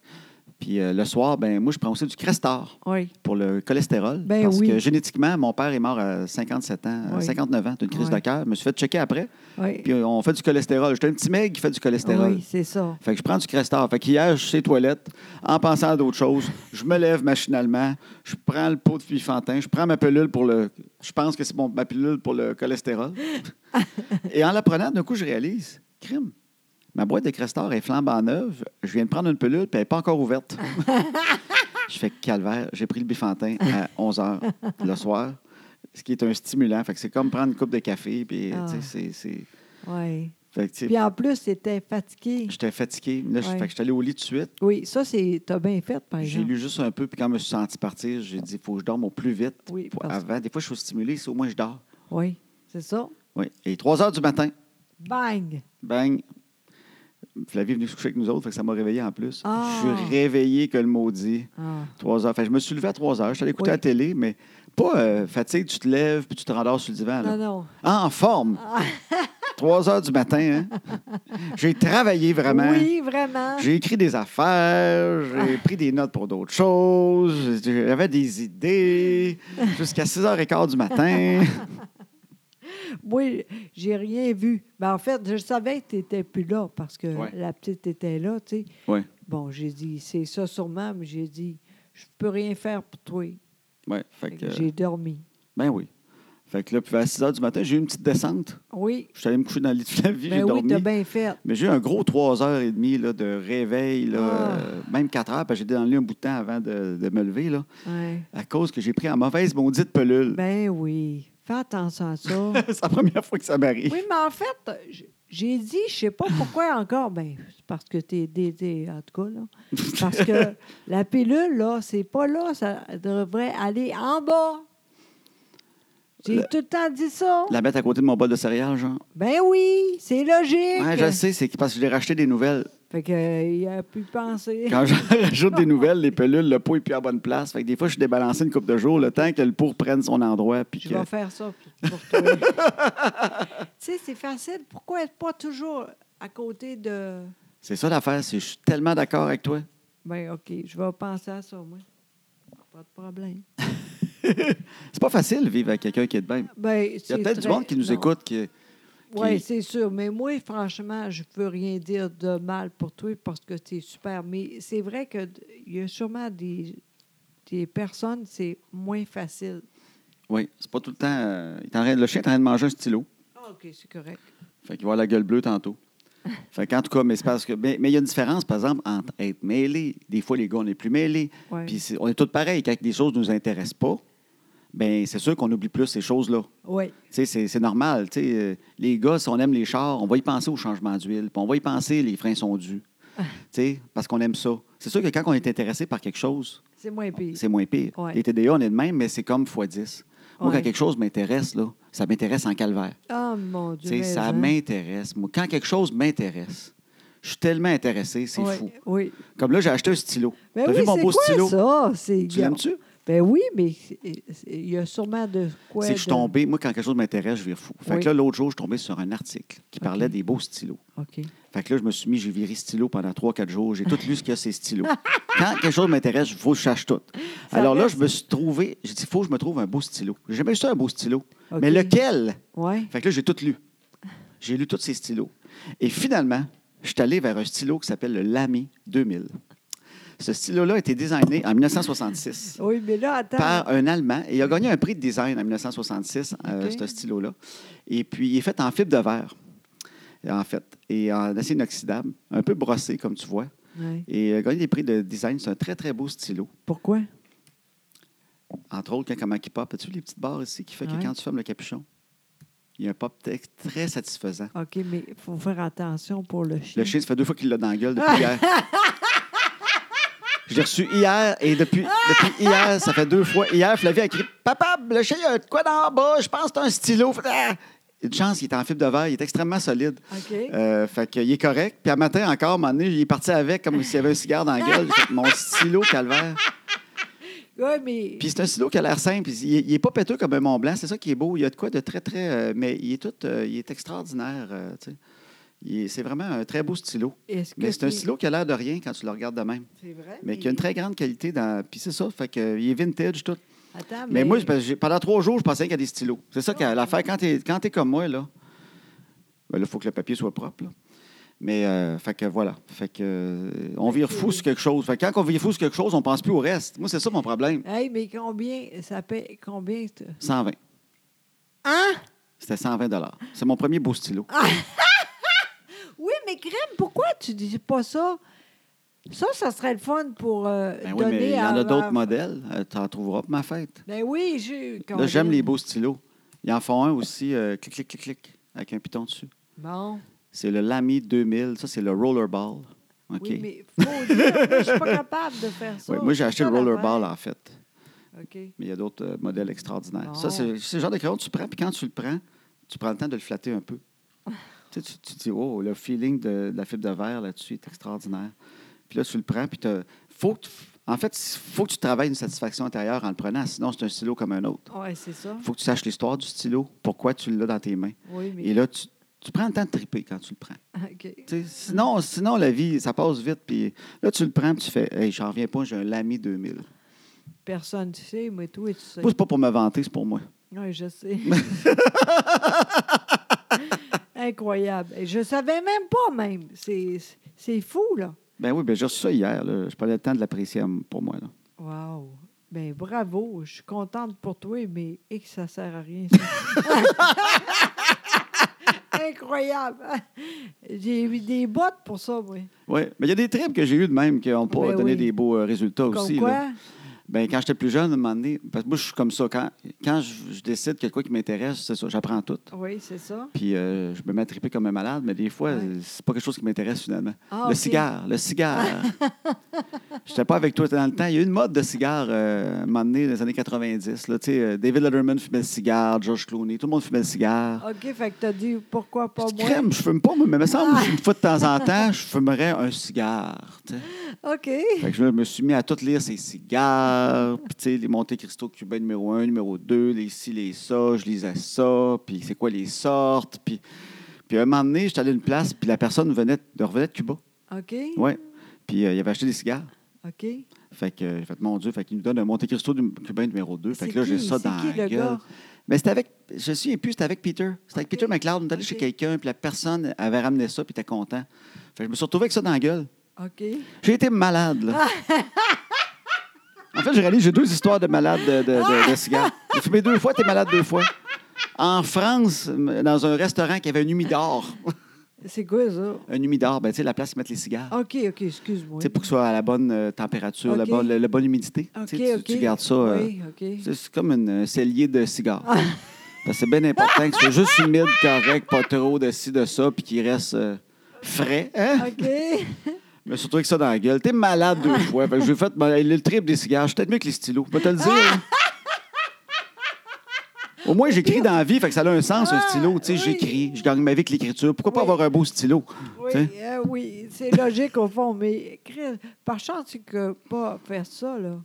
S1: Puis euh, le soir, ben moi, je prends aussi du Crestor
S2: Oui.
S1: pour le cholestérol.
S2: Ben
S1: parce
S2: oui.
S1: que génétiquement, mon père est mort à 57 ans, euh,
S2: Oui.
S1: 59 ans d'une crise
S2: Oui.
S1: de cœur. Je me suis fait checker après.
S2: Oui.
S1: Puis euh, on fait du cholestérol. J'étais un petit meg qui fait du cholestérol.
S2: Oui, c'est ça.
S1: Fait que je prends du Crestor. Fait qu'hier, je suis aux toilettes, en pensant à d'autres choses. Je me lève machinalement. Je prends le pot de Fantin. Je prends ma pilule pour le. Je pense que c'est mon- ma pilule pour le
S2: *laughs*
S1: cholestérol. Et en la prenant, d'un coup, je réalise crime. Ma boîte de Crestor est flambant neuve. Je viens de prendre une pilule, puis elle n'est pas encore
S2: *laughs*
S1: ouverte. je fais calvaire. J'ai pris le bifantin à 11 h le soir, ce qui est un stimulant. Fait que c'est comme prendre une coupe de café, puis
S2: Ah.
S1: tu sais, c'est- c'est.
S2: Oui.
S1: fait que, tu sais,
S2: Puis en plus, c'était fatigué.
S1: J'étais fatigué. Là, je-
S2: Ouais.
S1: Fait que je suis allé au lit tout de suite.
S2: Oui, ça, c'est. T'as bien fait, par
S1: J'ai
S2: exemple.
S1: lu juste un peu, puis quand je me suis senti partir, j'ai dit, il faut que je dorme au plus vite.
S2: Oui,
S1: pour-
S2: parce-
S1: Avant, des fois, je suis stimulé, c'est au moins je dors.
S2: Oui, c'est ça.
S1: Oui. Et 3 heures du matin,
S2: Bang!
S1: bang, Flavie est venue se coucher avec nous autres, fait que ça m'a réveillé en plus.
S2: Ah!
S1: Je suis réveillé que le maudit.
S2: Ah,
S1: 3 heures. Fait que je me suis levé à 3 heures, je suis allé écouter
S2: Oui.
S1: la télé, mais pas euh, fatigué, tu te lèves, puis tu te rendors sur le divan. là. Ah,
S2: Non, non.
S1: En
S2: *laughs*
S1: forme. 3 heures du matin, hein. J'ai travaillé vraiment.
S2: Oui, vraiment.
S1: J'ai écrit des affaires, j'ai pris des notes pour d'autres choses, j'avais des idées jusqu'à 6h15 du matin.
S2: Oui, j'ai rien vu. Mais en fait, je savais que tu n'étais plus là parce que
S1: Ouais.
S2: la petite était là, tu sais.
S1: Ouais.
S2: Bon, j'ai dit, c'est ça sûrement, mais j'ai dit, je peux rien faire pour toi.
S1: *laughs* Ouais, fait
S2: Fait
S1: que,
S2: que J'ai dormi.
S1: ben oui. Fait que là, puis à 6h du matin, j'ai eu une petite descente.
S2: Oui,
S1: Je suis allé me coucher dans le lit de la vie, j'ai
S2: mais oui,
S1: dormi.
S2: t'as bien fait.
S1: Mais j'ai eu un gros 3h30 là, de réveil, là,
S2: Ah.
S1: euh, même 4 heures, parce que j'étais dans le lit un bout de temps avant de, de me lever, là,
S2: Ouais.
S1: à cause que j'ai pris en mauvaise maudite pelule.
S2: Ben oui, fais attention à ça.
S1: *laughs* C'est la première fois que ça m'arrive.
S2: oui, mais en fait, j- j'ai dit, je sais pas pourquoi encore, ben c'est parce que t'es dédié, en tout cas, là. Parce que
S1: *laughs*
S2: la pilule, là, c'est pas là, ça devrait aller en bas. J'ai
S1: Le-
S2: tout le temps dit ça.
S1: La mettre à côté de mon bol de céréales, genre.
S2: Ben oui, c'est logique.
S1: Ouais, je sais, c'est parce que j'ai racheté des nouvelles.
S2: Fait que, euh, il a pu penser.
S1: Quand je rajoute des nouvelles, les pelules, le pot est plus à bonne place. Fait que des fois, je suis débalancé une coupe de jours, le temps que le pot prenne son endroit. Puis
S2: Je
S1: que-
S2: vais faire ça pour- pour
S1: *laughs*
S2: toi. tu sais, c'est facile. Pourquoi être pas toujours à côté de.
S1: C'est ça l'affaire, c'est je suis tellement d'accord avec toi.
S2: Ben, OK, je vais penser à ça, moi. Pas de problème.
S1: C'est pas facile vivre avec quelqu'un qui est de même.
S2: Ben,
S1: Il y a peut-être du monde qui nous écoute qui. qui-
S2: Oui, c'est sûr. Mais moi, franchement, je ne veux rien dire de mal pour toi parce que tu es super. Mais c'est vrai qu'il y a sûrement des, des personnes, c'est moins facile.
S1: Oui, c'est pas tout le temps. euh, il est en train- le chien est en train de manger un stylo.
S2: Ah, OK, c'est correct.
S1: Fait qu'il va avoir la gueule bleue tantôt. Fait qu'en tout cas, mais c'est parce que. Mais mais il y a une différence, par exemple, entre être mêlé. Des fois, les gars, on est plus mêlés.
S2: Ouais.
S1: Puis c'est- on est tous pareils. Quand des choses ne nous intéressent pas, ben c'est sûr qu'on oublie plus ces choses-là.
S2: Oui,
S1: Tu sais, C'est c'est normal. tu sais, euh, Les gars, si on aime les chars, on va y penser au changement d'huile. puis on va y penser les freins sont dus.
S2: Ah.
S1: Tu sais, parce qu'on aime ça. C'est sûr que quand on est intéressé par quelque chose,
S2: c'est moins pire.
S1: Ah, c'est moins pire.
S2: Ouais.
S1: Les TDA, on est de même, mais c'est comme x10. Moi,
S2: Ouais.
S1: quand quelque chose m'intéresse, là, ça m'intéresse en calvaire.
S2: Ah, mon
S1: Tu
S2: Dieu.
S1: sais,
S2: mais
S1: ça
S2: hein.
S1: m'intéresse. Moi, quand quelque chose m'intéresse, je suis tellement intéressé, c'est
S2: Ouais,
S1: fou.
S2: Oui.
S1: Comme là, j'ai acheté un stylo.
S2: Ben
S1: T'as
S2: oui,
S1: vu mon
S2: c'est
S1: beau
S2: quoi
S1: stylo?
S2: ça? C'est-
S1: Tu l'aimes-tu?
S2: Ben oui, mais c'est- c'est- il y a sûrement de quoi.
S1: C'est que je suis
S2: de-
S1: tombé, moi, quand quelque chose m'intéresse, je vire fou. Fait
S2: Oui.
S1: que là, l'autre jour, je suis tombé sur un article qui parlait des beaux stylos.
S2: OK.
S1: Fait que là, je me suis mis, j'ai viré stylo pendant 3-4 jours. J'ai tout lu ce qu'il y a, ces stylos.
S2: *laughs*
S1: Quand quelque chose m'intéresse, il faut que je cherche tout.
S2: Ça
S1: Alors là,
S2: reste-
S1: je me suis trouvé, j'ai dit, il faut que je me trouve un beau stylo. J'ai jamais eu ça, un beau stylo.
S2: OK.
S1: Mais lequel?
S2: Oui.
S1: Fait que là, j'ai tout lu. J'ai lu tous ces stylos. Et finalement, je suis allé vers un stylo qui s'appelle le Lamy 2000. Ce stylo-là a été designé en 1966
S2: Oui, mais là, attends.
S1: par un Allemand. Et il a gagné un prix de design en 1966, euh,
S2: OK.
S1: ce stylo-là. Et puis, il est fait en fibre de verre, en fait, et en acier inoxydable, un peu brossé, comme tu vois.
S2: Ouais.
S1: Et il a gagné des prix de design. C'est un très, très beau stylo.
S2: Pourquoi?
S1: Entre autres, quand, comment il pop, as-tu vu les petites barres ici qui fait
S2: Ouais.
S1: que quand tu fermes le capuchon, il y a un pop texte très satisfaisant.
S2: OK, mais il faut faire attention pour le chien.
S1: Le chien, ça fait deux fois qu'il l'a dans la gueule depuis hier. Je l'ai reçu hier et depuis, depuis hier, ça fait deux fois. Hier, Flavie a crié Papa, le chien, il y a de quoi dans le bas Je pense que c'est un stylo. Fait, Ah! Une chance, il est en fibre de verre, il est extrêmement solide.
S2: OK.
S1: Euh, fait qu'il est correct. Puis à matin encore, à un moment donné, il est parti avec comme s'il y avait un cigare dans la gueule. J'ai fait, Mon stylo calvaire.
S2: Oui, mais.
S1: Puis c'est un stylo qui a l'air simple. Il, est- il est pas péteux comme un Mont Blanc. C'est ça qui est beau. Il y a de quoi de très, très. euh, mais il est tout. euh, il est extraordinaire. euh, tu sais. Il est- C'est vraiment un très beau stylo.
S2: Est-ce que
S1: Mais c'est un
S2: t'es-
S1: stylo qui a l'air de rien quand tu le regardes de même.
S2: C'est vrai.
S1: Mais qui a une très grande qualité dans. Puis c'est ça, fait que, euh, il est vintage tout.
S2: Attends,
S1: Ah, Mais, Ah. moi, j'ai- j'ai- pendant trois jours, je pensais qu'il y a des stylos. C'est ça qu'à l'affaire, quand t'es quand t'es comme moi, là, ben là, il faut que le papier soit propre. là. Mais euh, fait que voilà. Fait que euh, on vire fou sur quelque chose. Fait que quand on vire fou sur quelque chose, on pense plus au reste. Moi, c'est ça mon problème.
S2: Hey, mais combien ça paie? Combien? t-
S1: 120.
S2: Hein?
S1: C'était 120 C'est mon premier beau stylo.
S2: Oui, mais Crème, pourquoi tu dis pas ça? Ça, ça serait le fun pour euh,
S1: Ben oui,
S2: donner
S1: mais il y
S2: à...
S1: en a d'autres
S2: à-
S1: modèles. Euh, T'en trouveras pour ma fête.
S2: Ben oui, j'ai...
S1: Là, j'aime les beaux stylos. Ils en font un aussi, euh, clic, clic, clic, clic, avec un piton dessus.
S2: Bon.
S1: C'est le Lamy 2000. Ça, c'est le rollerball. OK.
S2: Oui, mais faut dire, moi, je suis pas capable de faire ça.
S1: Ouais, moi, j'ai
S2: C'est
S1: acheté
S2: ça
S1: le rollerball,
S2: l'affaire.
S1: en fait.
S2: OK.
S1: Mais il y a d'autres euh, modèles extraordinaires.
S2: Bon.
S1: Ça, c'est c'est le genre de crayon que tu prends, puis quand tu le prends, tu prends le temps de le flatter un
S2: *laughs*
S1: peu. tu, sais, tu, tu dis, oh, le feeling de, de la fibre de verre là-dessus est extraordinaire. Puis là, tu le prends, puis t'as- faut que tu- En fait, il faut que tu travailles une satisfaction intérieure en le prenant, sinon c'est un stylo comme un autre.
S2: Oui, c'est ça.
S1: Il faut que tu saches l'histoire du stylo, pourquoi tu l'as dans tes mains.
S2: Oui, mais...
S1: Et là, tu, tu prends le temps de triper quand tu le prends.
S2: *laughs* OK.
S1: Tu sais, sinon, sinon, la vie, ça passe vite. Puis là, tu le prends, puis tu fais, hey, j'en reviens pas, j'ai un Lamy 2000.
S2: Personne, tu sais, moi, toi, tu sais.
S1: Moi, c'est pas pour me vanter, c'est pour moi.
S2: Oui,
S1: *laughs*
S2: je sais. Incroyable. Et Je savais même pas, même. C'est c'est fou, là.
S1: Ben oui, ben j'ai reçu ça hier. Là. Je prenais le temps de l'apprécier à m- pour moi. Là.
S2: Wow. Ben bravo. Je suis contente pour toi, mais et que ça sert à rien. ça. *laughs* Incroyable. J'ai eu des bottes pour ça, moi.
S1: Oui, mais il y a des trips que j'ai eues de même qui n'ont pas
S2: Ben
S1: donné
S2: oui.
S1: des beaux euh, résultats
S2: Comme
S1: aussi.
S2: quoi?
S1: là. Ben, quand j'étais plus jeune, à un moment donné, parce que moi, je suis comme ça. Quand, quand je, je décide quelque quoi qui m'intéresse, c'est ça, j'apprends tout.
S2: Oui, c'est ça.
S1: Puis euh, je me mets à triper comme un malade, mais des fois,
S2: Ouais.
S1: euh, c'est pas quelque chose qui m'intéresse finalement.
S2: Ah,
S1: le
S2: OK.
S1: cigare, le
S2: *laughs*
S1: cigare. J'étais pas avec toi dans le temps. Il y a eu une mode de cigare euh, à un moment donné, dans les années 90. Là, tu sais, euh, David Letterman fumait le cigare, George Clooney, tout le monde fumait le cigare.
S2: OK, fait que t'as dit pourquoi Ah, pas
S1: Je dis,
S2: moi.
S1: crème, je fume pas, moi, mais il me semble qu'une fois de temps en temps, je fumerais un cigare. tu sais.
S2: OK.
S1: Fait que je me suis mis à tout lire ces cigares, puis tu sais, les Monte Cristo cubains numéro 1, numéro 2, les ci, les ça, je lisais ça, puis c'est quoi les sortes, puis... Puis à un moment donné, j'étais allé à une place, puis la personne venait de, revenait de Cuba.
S2: OK.
S1: Ouais. Puis euh, il avait acheté des cigares.
S2: OK.
S1: Fait que, euh, j'ai fait, mon Dieu, fait qu'il nous donne un Monte Cristo du- cubain numéro 2. Fait
S2: C'est
S1: que là, j'ai
S2: qui-
S1: ça
S2: c'est
S1: dans
S2: qui,
S1: la
S2: le
S1: gueule.
S2: gars?
S1: Mais c'était avec, je me souviens plus, c'était avec Peter. C'était avec
S2: OK.
S1: Peter McLeod. On est allé chez
S2: OK.
S1: quelqu'un, puis la personne avait ramené ça, puis était content. Fait que je me suis retrouvé avec ça dans la gueule.
S2: OK.
S1: J'ai été malade,
S2: *laughs*
S1: là. en fait, j'ai réalisé, j'ai deux histoires de malade de, de, de- de cigares. J'ai fumé deux fois, t'es malade deux fois. En France, m- dans un restaurant qui avait un humidor.
S2: C'est quoi ça?
S1: un humidor, ben, tu sais, la place où ils mettent les cigares.
S2: OK, OK, excuse-moi.
S1: Tu sais, pour que ce soit à la bonne euh, température, la,
S2: Ah OK.
S1: bonne, la- la bonne humidité.
S2: OK,
S1: Tu sais, tu-
S2: OK.
S1: tu, gardes ça. euh,
S2: Oui, OK.
S1: c'est c'est comme une- un cellier de cigares. Parce que c'est bien important que ce soit juste humide, correct, pas trop de ci, de ça, puis qu'il reste euh, frais. Hein? *laughs*
S2: *laughs* OK.
S1: Mais surtout avec ça dans la gueule. T'es malade
S2: *laughs*
S1: deux fois. Fait que j'ai fait ben, le trip des cigares. Je suis peut-être mieux que les stylos. Je vais te le dire. hein. Au moins, j'écris dans la vie, fait que ça a un sens, un stylo. Tu sais,
S2: Ah, oui.
S1: j'écris, je gagne ma vie avec l'écriture. Pourquoi pas
S2: Oui.
S1: avoir un beau stylo?
S2: Oui,
S1: Tu sais?
S2: euh, oui, c'est logique au fond, mais Chris, par chance, tu peux pas faire ça, là.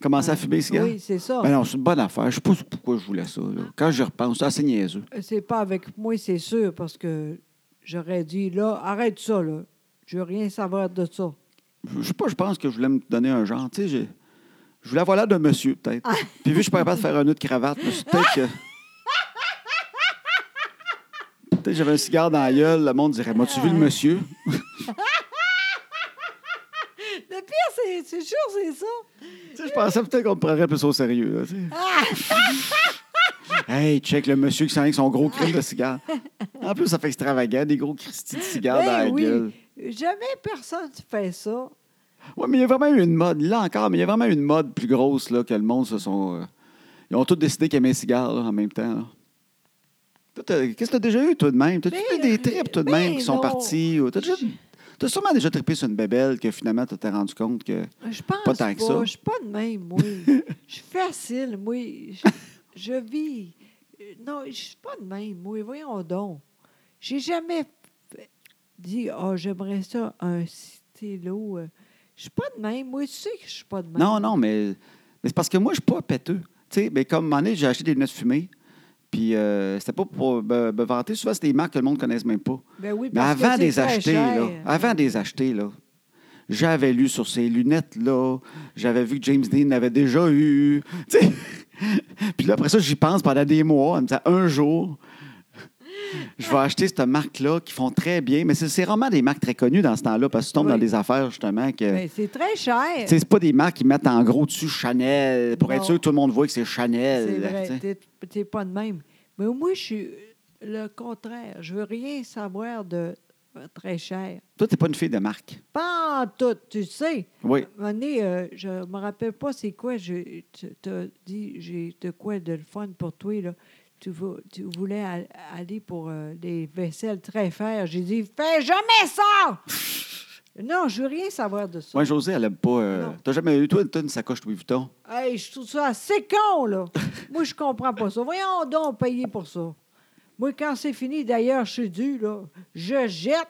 S1: Commencer à fumer les cigares?
S2: Oui, c'est ça.
S1: Ben non, c'est une bonne affaire. Je sais pas pourquoi je voulais ça. là. Quand j'y repense, c'est assez niaiseux.
S2: C'est pas avec moi, c'est sûr, parce que j'aurais dit, là, arrête ça, là. Je veux rien savoir de ça.
S1: Je sais pas, je pense que je voulais me donner un genre. Tu sais, j'ai- je voulais avoir l'air d'un monsieur, peut-être.
S2: Ah.
S1: Puis vu que je suis pas capable de faire un nœud de cravate, je me suis dit, peut-être que. Peut-être que j'avais un cigare dans la gueule, le monde dirait M'as-tu vu le monsieur
S2: Le pire, c'est, c'est sûr, c'est ça.
S1: Tu sais, je pensais peut-être qu'on me prendrait plus au sérieux. là, tu sais. hey, check le monsieur qui s'en vient avec son gros crime de cigare. En plus, ça fait extravagant, des gros Christy de cigare dans la
S2: Ben
S1: gueule.
S2: oui, jamais personne ne fait ça.
S1: Oui, mais il y a vraiment eu une mode, là encore, mais il y a vraiment eu une mode plus grosse là, que le monde se sont. euh, ils ont tous décidé qu'ils aimaient les cigares là, en même temps. là. Toi, t'as- Qu'est-ce que tu as déjà eu, toi, de même? T'as-tu
S2: Ben,
S1: eu des tripes, toi, de
S2: ben
S1: même, qui sont
S2: non.
S1: partis? Tu as sûrement déjà trippé sur une bébelle que finalement, tu t'es rendu compte que.
S2: Je
S1: Pas
S2: pense pas.
S1: tant que ça.
S2: Je suis pas de même, moi. je suis facile, moi. Je, je vis. Euh, Non, je suis pas de même, moi. Voyons donc. J'ai jamais fait- dit « oh j'aimerais ça, un stylo. euh. » Je suis pas de même. Moi, tu sais que je suis pas de même.
S1: ben, Non, non, mais, mais c'est parce que moi, je suis pas péteux. Tu sais, mais comme à un moment donné, j'ai acheté des lunettes fumées. Puis euh, c'était pas pour me me vanter. Souvent, c'est des marques que le monde ne connaisse même pas.
S2: Ben oui,
S1: Mais
S2: parce que
S1: avant
S2: c'est
S1: de les
S2: très
S1: acheter,
S2: cher.
S1: là, avant de les acheter, là, j'avais lu sur ces lunettes-là, j'avais vu que James Dean l'avait déjà eu. *laughs* tu sais. Puis là, après ça, j'y pense pendant des mois, en me disant un jour, je vais acheter cette marque-là qui font très bien. Mais c'est c'est rarement des marques très connues dans ce temps-là, parce que tu tombes
S2: Oui.
S1: dans des affaires, justement, que.
S2: Ben, c'est très cher.
S1: Tu sais, c'est pas des marques qui mettent en gros dessus Chanel pour
S2: Non.
S1: être sûr que tout le monde voit que c'est Chanel.
S2: C'est
S1: tu sais.
S2: vrai, t'es- t'es pas de même. Mais moi, je suis le contraire. Je veux rien savoir de très cher.
S1: Toi, t'es pas une fille de marque.
S2: Pas en tout, tu sais.
S1: Oui.
S2: Un moment donné, euh, je me rappelle pas c'est quoi. Je tu- t'as dit, j'ai de quoi de le fun pour toi, là. Tu, vou- tu voulais al- aller pour euh, les vaisselles très fères. J'ai dit, fais jamais ça! *laughs* non, je veux rien savoir de ça.
S1: Moi, José, elle aime pas. euh,
S2: Non.
S1: T'as jamais eu, toi, une tonne de sacoche Louis Vuitton?
S2: Hey, je trouve ça assez
S1: *laughs*
S2: con, là. Moi, je comprends pas ça. Voyons donc payer pour ça. Moi, quand c'est fini, d'ailleurs, je suis dû, là. Je jette.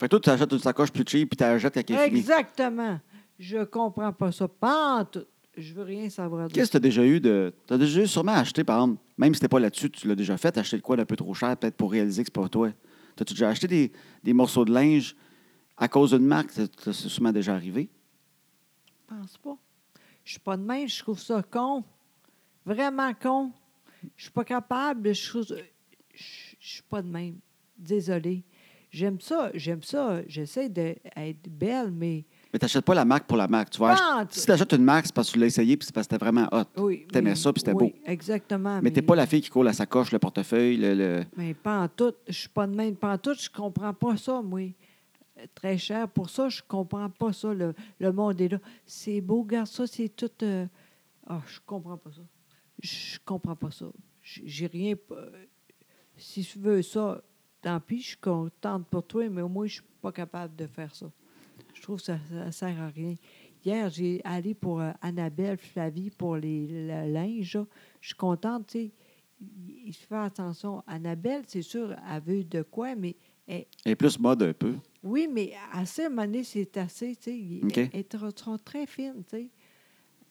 S1: Fait que toi, tu achètes une sacoche plus cheap puis tu la jettes quand elle est finie.
S2: Exactement. Je comprends pas ça. Pas en tout. Je veux rien savoir de
S1: Qu'est-ce que tu as déjà eu de. Tu as déjà eu sûrement acheté, par exemple, même si t'es pas là-dessus, tu l'as déjà fait, acheter de quoi d'un peu trop cher, peut-être pour réaliser que c'est pas toi. T'as-tu déjà acheté des, des morceaux de linge à cause d'une marque? Ça- ça- C'est sûrement déjà arrivé.
S2: Je pense pas. Je suis pas de même. Je trouve ça con. Vraiment con. Je suis pas capable. Je trouve... je- je suis pas de même. Désolée. J'aime ça. J'aime ça. J'essaie d'être belle, mais
S1: Mais t'achètes pas la marque pour la marque. Tu vas
S2: Pas en
S1: acheter-
S2: tout.
S1: Si t'achètes une marque, c'est parce que tu l'as essayé puis c'est parce que c'était vraiment hot.
S2: oui.
S1: T'aimais
S2: mais-
S1: ça, puis c'était
S2: oui, Exactement.
S1: Mais t'es pas la fille qui court la sacoche, le portefeuille, le. le-
S2: Mais pas en tout. Je suis pas de même. Pas en tout. Je comprends pas ça, moi. Euh, Très cher pour ça. Je comprends pas ça. Le, le monde est là. C'est beau, garde ça. C'est tout. euh, Ah, je comprends pas ça. Je comprends pas ça. J- J'ai rien. p- euh, Si tu veux ça, tant pis. Je suis contente pour toi, mais au moins, je suis pas capable de faire ça. Je trouve que ça, ça sert à rien. Hier, j'ai allé pour euh, Annabelle Flavie pour les, le linge. là. Je suis contente, tu sais. Il il fait attention. Annabelle, c'est sûr, elle veut de quoi, mais
S1: Elle est plus mode un peu.
S2: oui, mais assez mané, c'est assez, tu sais. il-
S1: OK.
S2: Elles tra- sont très fines, tu sais.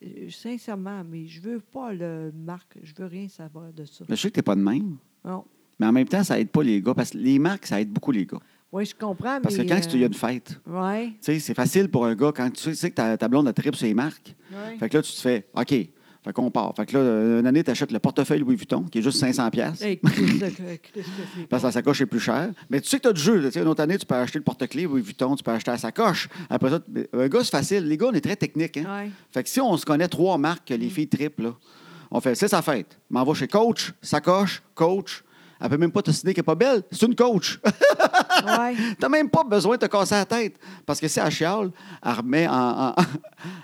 S2: Euh, Sincèrement, mais je veux pas le marque. Je veux rien savoir de ça.
S1: Mais je sais que t'es pas de même.
S2: Non.
S1: Mais en même temps, ça aide pas les gars. Parce que les marques, ça aide beaucoup les gars.
S2: Oui, euh, je comprends,
S1: Parce que
S2: mais...
S1: quand il y a une fête,
S2: Oui,
S1: Tu sais, c'est facile pour un gars quand tu sais, tu sais que ta, ta blonde a trip sur les marques. Fait que là, tu te fais OK. Fait qu'on part. Fait que là, euh, une année, tu achètes le portefeuille Louis Vuitton, qui est juste 500$. pièces Parce que la sacoche est plus chère. Mais tu sais que tu as du jeu. Tu sais, une autre année, tu peux acheter le porte-clés Louis Vuitton, tu peux acheter la sacoche. Après ça, tu- un gars, c'est facile. Les gars, on est très technique. Hein? Fait que si on se connaît trois marques que les filles trippent, là, on fait c'est sa fête. M'en va chez coach, sacoche, coach. Elle peut même pas te signer qu'elle est pas belle. C'est une coach. T'as même pas besoin de te casser la tête. Parce que si elle chiale, elle remet en. *laughs* en-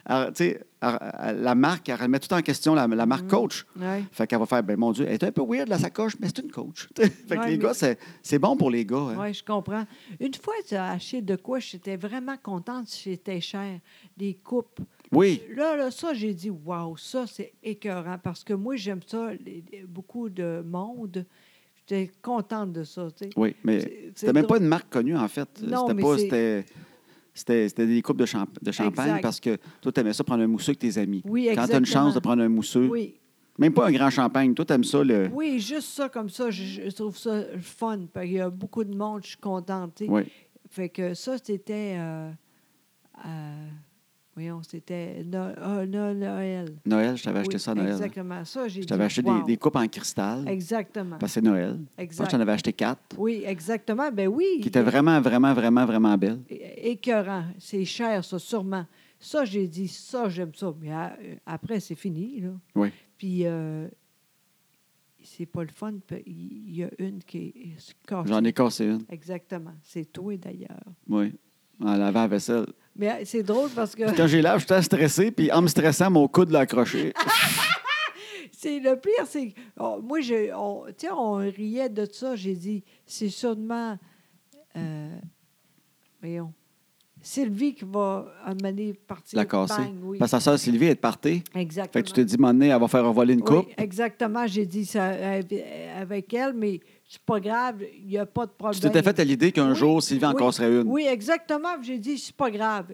S1: elle- tu sais, elle- elle- la marque, elle remet tout en question la, la marque coach. Fait qu'elle va faire, ben mon Dieu, elle est un peu weird, la sacoche, mais c'est une coach. *laughs* fait que
S2: Ouais,
S1: les
S2: mais-
S1: gars, c'est, c'est bon pour les gars. hein.
S2: Oui, je comprends. Une fois, tu as acheté de quoi, j'étais vraiment contente, c'était cher. Des coupes.
S1: Oui.
S2: Là, là, ça, j'ai dit, waouh, ça, c'est écœurant. Parce que moi, j'aime ça, les- les- beaucoup de monde. J'étais contente de ça, tu sais.
S1: Oui, mais
S2: C'est- c'est
S1: c'était même
S2: drôle.
S1: pas une marque connue, en fait.
S2: Non,
S1: c'était
S2: mais
S1: pas.
S2: c'est-
S1: C'était, c'était, c'était des coupes de, champ- de champagne
S2: Exact.
S1: parce que toi, t'aimais ça prendre un mousseux avec tes amis.
S2: Oui,
S1: Quand t'as une chance de
S2: exactement.
S1: prendre un mousseux,
S2: Oui,
S1: même pas un grand champagne, toi, t'aimes ça le.
S2: oui, juste ça, comme ça, je, je trouve ça le fun. parce qu'il y a beaucoup de monde, je suis contente, tu sais.
S1: Oui.
S2: Fait que ça, c'était... euh, euh, voyons, c'était No- ah, No- Noël.
S1: Noël, je t'avais acheté
S2: Oui,
S1: ça à Noël. hein.
S2: Exactement, ça, j'ai
S1: Je
S2: dit,
S1: t'avais acheté des-
S2: wow.
S1: des, coupes en cristal.
S2: Exactement,
S1: Parce que c'est Noël. Je pense que
S2: exact.
S1: j'en avais acheté quatre.
S2: Oui, exactement, ben oui.
S1: Qui étaient vraiment, vraiment, vraiment, vraiment belles.
S2: é- écœurant. C'est cher, ça, sûrement. Ça, j'ai dit, ça, j'aime ça. Mais a- euh, après, c'est fini, là.
S1: Oui.
S2: Puis, euh, c'est pas le fun. puis Il y a une qui est euh, cassée.
S1: J'en ai cassé une.
S2: Exactement. C'est toi, d'ailleurs.
S1: Oui. En lavant la
S2: *laughs*
S1: vaisselle.
S2: Mais euh, c'est drôle parce que
S1: Puis quand j'ai lave, je suis stressé, puis en me stressant, mon coude l'a accroché.
S2: *laughs* c'est le pire, c'est... que- oh, moi, je, on, tu sais, on riait de ça. J'ai dit, c'est sûrement... euh, voyons. Sylvie qui va amener partir.
S1: La casser.
S2: bang, oui.
S1: Parce que sa sœur Sylvie est partie.
S2: Exactement.
S1: Fait que tu t'es dit, mon nez, elle va faire envoler une coupe.
S2: Oui, exactement. J'ai dit ça euh, avec elle, mais c'est pas grave, il n'y a pas de problème.
S1: Tu t'étais fait à l'idée qu'un
S2: Ah, ben, Oui,
S1: jour, Sylvie en
S2: oui,
S1: casserait une.
S2: Oui, exactement. puis J'ai dit, c'est pas grave.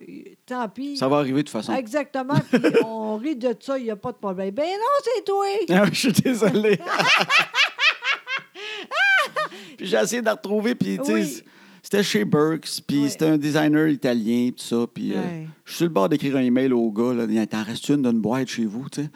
S2: Tant pis.
S1: Ça va arriver de toute façon.
S2: Exactement.
S1: *laughs*
S2: Puis on rit de ça, il n'y a pas de problème. Ben non, c'est toi.
S1: *laughs* Ah oui, je suis désolé. j'ai essayé de la retrouver, puis tu sais,
S2: Oui.
S1: c- c'était chez Burks, puis
S2: Oui.
S1: c'était un designer italien, tout ça, puis euh,
S2: Ouais.
S1: je suis sur le bord d'écrire un email au gars, là, Il t'en reste une d'une boîte chez vous, tu sais.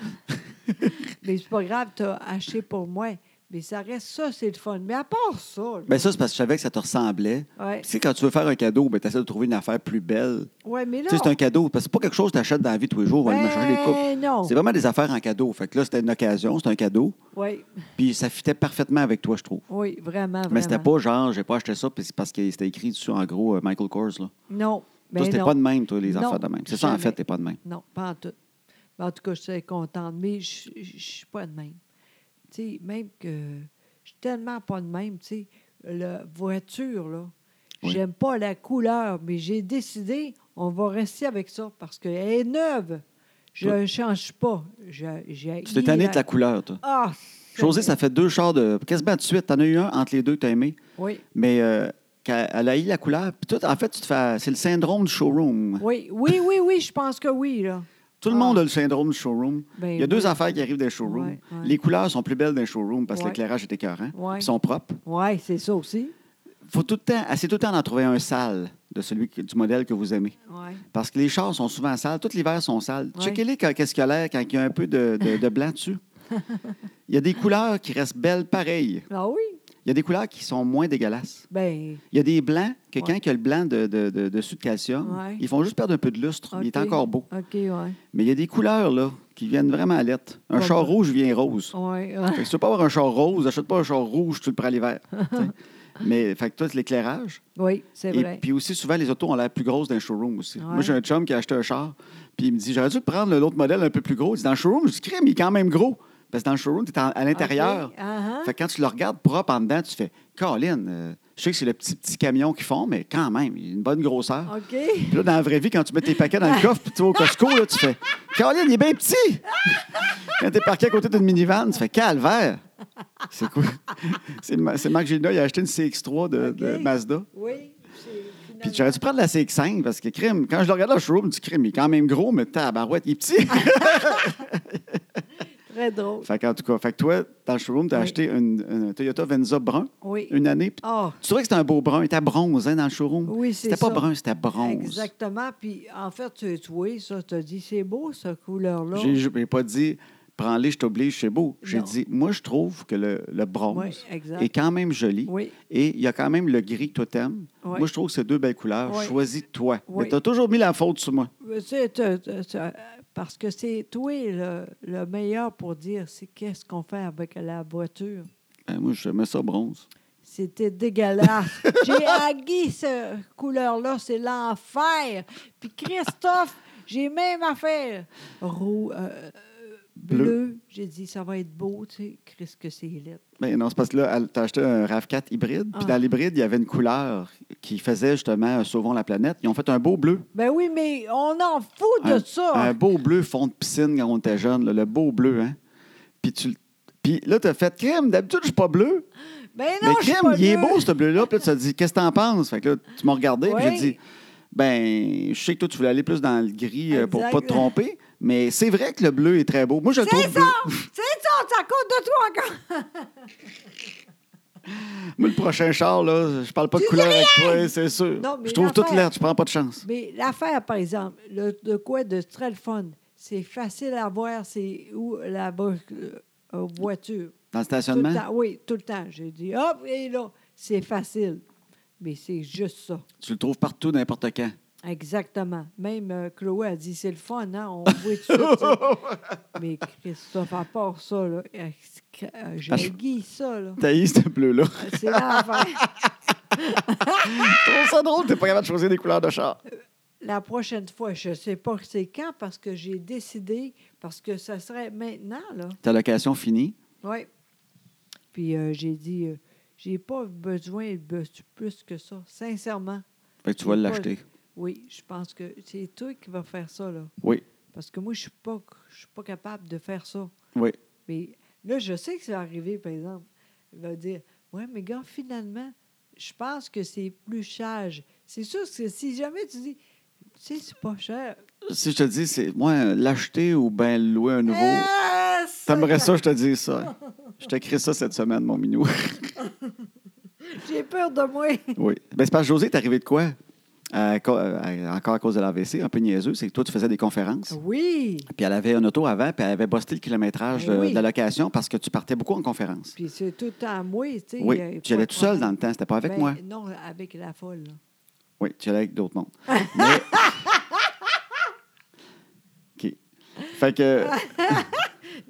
S2: Mm. Mais c'est pas grave, t'as haché pour moi. Mais ça reste ça, c'est le fun. Mais à part ça,
S1: Ben ça, c'est parce que je savais que ça te ressemblait.
S2: ouais.
S1: Tu sais, quand tu veux faire un cadeau, ben, tu essaies de trouver une affaire plus belle.
S2: Ouais, mais là,
S1: Tu sais, c'est un cadeau. Parce que c'est pas quelque chose que tu achètes dans la vie tous les jours. On va
S2: Ben,
S1: aller m'acheter des coupes.
S2: non.
S1: C'est vraiment des affaires en cadeau. Fait que là, c'était une occasion, c'était un cadeau.
S2: Oui,
S1: Puis ça fitait parfaitement avec toi, je trouve.
S2: oui, vraiment,
S1: Mais c'était
S2: vraiment.
S1: pas genre, j'ai pas acheté ça, puis c'est parce que c'était écrit dessus, en gros, euh, Michael Kors. Là.
S2: Non,
S1: toi,
S2: mais
S1: c'était
S2: Ben non.
S1: pas de même, toi, les
S2: Non,
S1: affaires de même. C'est ça, en
S2: jamais.
S1: fait, t'es pas de même.
S2: Non, pas en tout. Mais en tout cas, je suis contente, mais je je- je suis pas de même. Tu sais, même que je suis tellement pas de même, tu sais, la voiture, là,
S1: Oui.
S2: j'aime pas la couleur, mais j'ai décidé, on va rester avec ça parce qu'elle est neuve. Je
S1: Toi-
S2: ne change pas. Je- j'ai-
S1: Tu t'es tanné de la couleur, toi.
S2: Ah!
S1: José, ça
S2: Seigneur.
S1: fait deux chars de. Quasiment de suite. T'en as eu un entre les deux que t'as aimé.
S2: Oui,
S1: Mais euh, qu'elle- elle a eu la couleur. Puis toi, en fait, tu te fais. C'est le syndrome du showroom.
S2: oui, oui, oui, oui, je pense que oui, là.
S1: Tout le
S2: Ah.
S1: monde a le syndrome du showroom.
S2: Ben
S1: Il y a deux
S2: oui.
S1: affaires qui arrivent des showrooms.
S2: Ouais, ouais.
S1: Les couleurs sont plus belles d'un showroom parce que
S2: Ouais.
S1: l'éclairage est écœurant.
S2: Ouais.
S1: Ils sont propres.
S2: Oui, c'est ça aussi.
S1: Faut tout le temps, essayez tout le temps d'en trouver un sale de celui que- du modèle que vous aimez.
S2: Ouais.
S1: Parce que les chars sont souvent sales. Tout l'hiver sont sales.
S2: Ouais.
S1: Checkez-les quand- qu'est-ce qu'il y a l'air quand il y a un peu de, de- de blanc dessus. Il y a des couleurs qui restent belles pareilles.
S2: Ah oui?
S1: Il y a des couleurs qui sont moins dégueulasses.
S2: Ben,
S1: Il y a des blancs que
S2: Ouais.
S1: quand il y a le blanc de, de- de- dessus de calcium,
S2: Ouais.
S1: ils font juste perdre un peu de lustre. mais Il est
S2: OK.
S1: encore beau.
S2: OK, oui.
S1: Mais il y a des couleurs là, qui viennent vraiment à l'être. Un
S2: Pas
S1: char
S2: beau.
S1: rouge vient rose.
S2: Oui,
S1: Fait que si tu veux pas avoir un char rose, achète pas un char rouge, tu le prends
S2: *laughs*
S1: l'hiver. tu sais. Mais fait que toi, c'est l'éclairage.
S2: oui, c'est
S1: Et
S2: vrai.
S1: puis aussi, souvent, les autos ont l'air plus grosses dans le showroom aussi.
S2: Ouais.
S1: Moi, j'ai un chum qui a acheté un char, puis il me dit J'aurais dû prendre l'autre modèle un peu plus gros. Il dit Dans le showroom, je dis Crème, il est quand même gros. Parce que dans le showroom, tu es à l'intérieur.
S2: OK, ah, ah.
S1: Fait que quand tu le regardes propre en dedans, tu fais Colin, euh, je sais que c'est le petit, petit camion qu'ils font, mais quand même, il a une bonne grosseur.
S2: OK.
S1: Puis là, dans la vraie vie, quand tu mets tes paquets dans le coffre, puis tu vas au Costco, là, tu fais Caroline, il est bien petit! *laughs* quand t'es parqué à côté d'une minivan, tu fais Calvaire! C'est quoi? *laughs* C'est Ma- c'est Marc Gélina, il a acheté une CX3 de, de
S2: OK.
S1: Mazda.
S2: Oui, c'est
S1: Puis
S2: finalement-
S1: j'aurais dû prendre la CX5 parce que crime, quand je le regarde dans le showroom, du crime, il est quand même gros, mais tabarouette, il est petit!
S2: Ah. très drôle.
S1: fait qu'en tout cas, fait que toi, dans le showroom, t'as
S2: Oui.
S1: acheté une, une Toyota Venza brun
S2: Oui.
S1: une année. puis
S2: Ah,
S1: tu trouvais que c'était un beau brun, il était bronze hein, dans le showroom?
S2: Oui, c'est
S1: C'était pas
S2: ça.
S1: brun, c'était bronze.
S2: exactement. Puis en fait, tu, tu vois, ça, tu as dit, c'est beau, cette couleur-là.
S1: J'ai j'ai pas dit prends-les, je t'oblige, c'est beau. J'ai
S2: Non.
S1: dit moi, je trouve que le, le bronze
S2: Oui, exact.
S1: est quand même joli.
S2: Oui.
S1: Et il y a quand même le gris que toi t'aimes.
S2: Oui.
S1: Moi, je trouve que c'est deux belles couleurs.
S2: Oui.
S1: Choisis-toi.
S2: Oui.
S1: Mais tu as toujours mis la faute sur moi.
S2: Tu sais, tu- tu- tu- euh, Parce que c'est toi le, le meilleur pour dire c'est qu'est-ce qu'on fait avec la voiture.
S1: Ben, moi, je mets ça bronze. *laughs*
S2: C'était dégueulasse. j'ai hagi cette couleur-là, c'est l'enfer. Puis Christophe, j'ai même affaire. Roux, euh, bleu.
S1: Bleu.
S2: J'ai dit, ça va être beau, tu sais. Christ, que c'est laid.
S1: Ben, non, c'est parce que là, tu as acheté un RAV4 hybride. Puis
S2: Ah.
S1: dans l'hybride, il y avait une couleur qui faisait justement euh, Sauvons la planète. Ils ont fait un beau bleu.
S2: Ben oui, mais on en fout de
S1: un,
S2: ça.
S1: un beau bleu fond de piscine quand on était jeune, là, le beau bleu. Hein? Puis, tu, l- puis là, tu as fait crème. D'habitude, je suis pas bleu.
S2: ben non,
S1: Mais
S2: je suis
S1: crème,
S2: pas
S1: il est
S2: bleue.
S1: beau, ce bleu-là. Puis là, tu te dis, qu'est-ce que t'en penses? Fait que là, tu m'as regardé, puis
S2: Oui.
S1: j'ai dit, ben, je sais que toi, tu voulais aller plus dans le gris euh, pour
S2: Exact.
S1: pas te tromper, mais c'est vrai que le bleu est très beau. Moi, je le
S2: C'est
S1: trouve
S2: ça!
S1: bleu.
S2: C'est ça, c'est à cause de toi encore!
S1: Moi, le prochain char, là, je parle pas de
S2: Tu
S1: couleur avec toi, c'est sûr.
S2: Non, mais
S1: je trouve toute
S2: l'affaire-
S1: l'air, tu prends pas de chance.
S2: Mais l'affaire, par exemple, le, de quoi de très le fun, c'est facile à voir, c'est où la vo- euh, voiture.
S1: Dans le
S2: Tout le
S1: stationnement,
S2: temps, oui, tout le temps. J'ai dit, hop, et là, c'est facile. Mais c'est juste ça.
S1: tu le trouves partout, n'importe quand.
S2: Exactement. Même euh, Chloé a dit, c'est le fun, hein? On voit tout de suite. Mais Christophe, à part ça, là, euh, euh, j'ai gui ça, là.
S1: Taïs, ce bleu-là.
S2: C'est l'enfer.
S1: *laughs* Je trouve ça drôle, t'es pas capable de choisir des couleurs de char.
S2: *laughs* La prochaine fois, je ne sais pas c'est quand, parce que j'ai décidé, parce que ça serait maintenant, là.
S1: Ta location finie.
S2: Oui. Puis euh, j'ai dit, euh, j'ai pas besoin de bus- plus que ça, sincèrement.
S1: Fait que tu vas
S2: Pas-
S1: l'acheter.
S2: Oui, je pense que c'est toi qui vas faire ça, là.
S1: Oui,
S2: Parce que moi, je suis pas, je suis pas capable de faire ça.
S1: oui.
S2: Mais là, je sais que c'est arrivé, par exemple. Il va dire, ouais, mais gars, finalement, je pense que c'est plus cher. C'est sûr que si jamais tu dis, tu sais, c'est pas cher.
S1: Si je te dis, c'est moi, l'acheter ou ben louer un nouveau.
S2: Ah,
S1: *laughs* T'aimerais ça, je te dis ça. hein? Je te crée ça cette semaine, mon minou.
S2: sacre- peur de moi. *laughs*
S1: Oui. Ben, c'est parce que José est arrivé de quoi? Euh, co- euh, encore à cause de l'AVC, un peu niaiseux, c'est que toi, tu faisais des conférences.
S2: Oui.
S1: Puis elle avait un auto avant, puis elle avait bossé le kilométrage
S2: Ben
S1: de,
S2: oui.
S1: de la location parce que tu partais beaucoup en conférence.
S2: Puis c'est tout à moi, tu sais.
S1: Oui. euh,
S2: y a
S1: Tu
S2: pas
S1: allais
S2: de
S1: tout seul
S2: problème.
S1: dans le temps, c'était pas avec
S2: Ben,
S1: moi.
S2: Non, avec la folle. là.
S1: Oui, tu allais avec
S2: *laughs*
S1: d'autres mondes. Mais- OK. Fait que.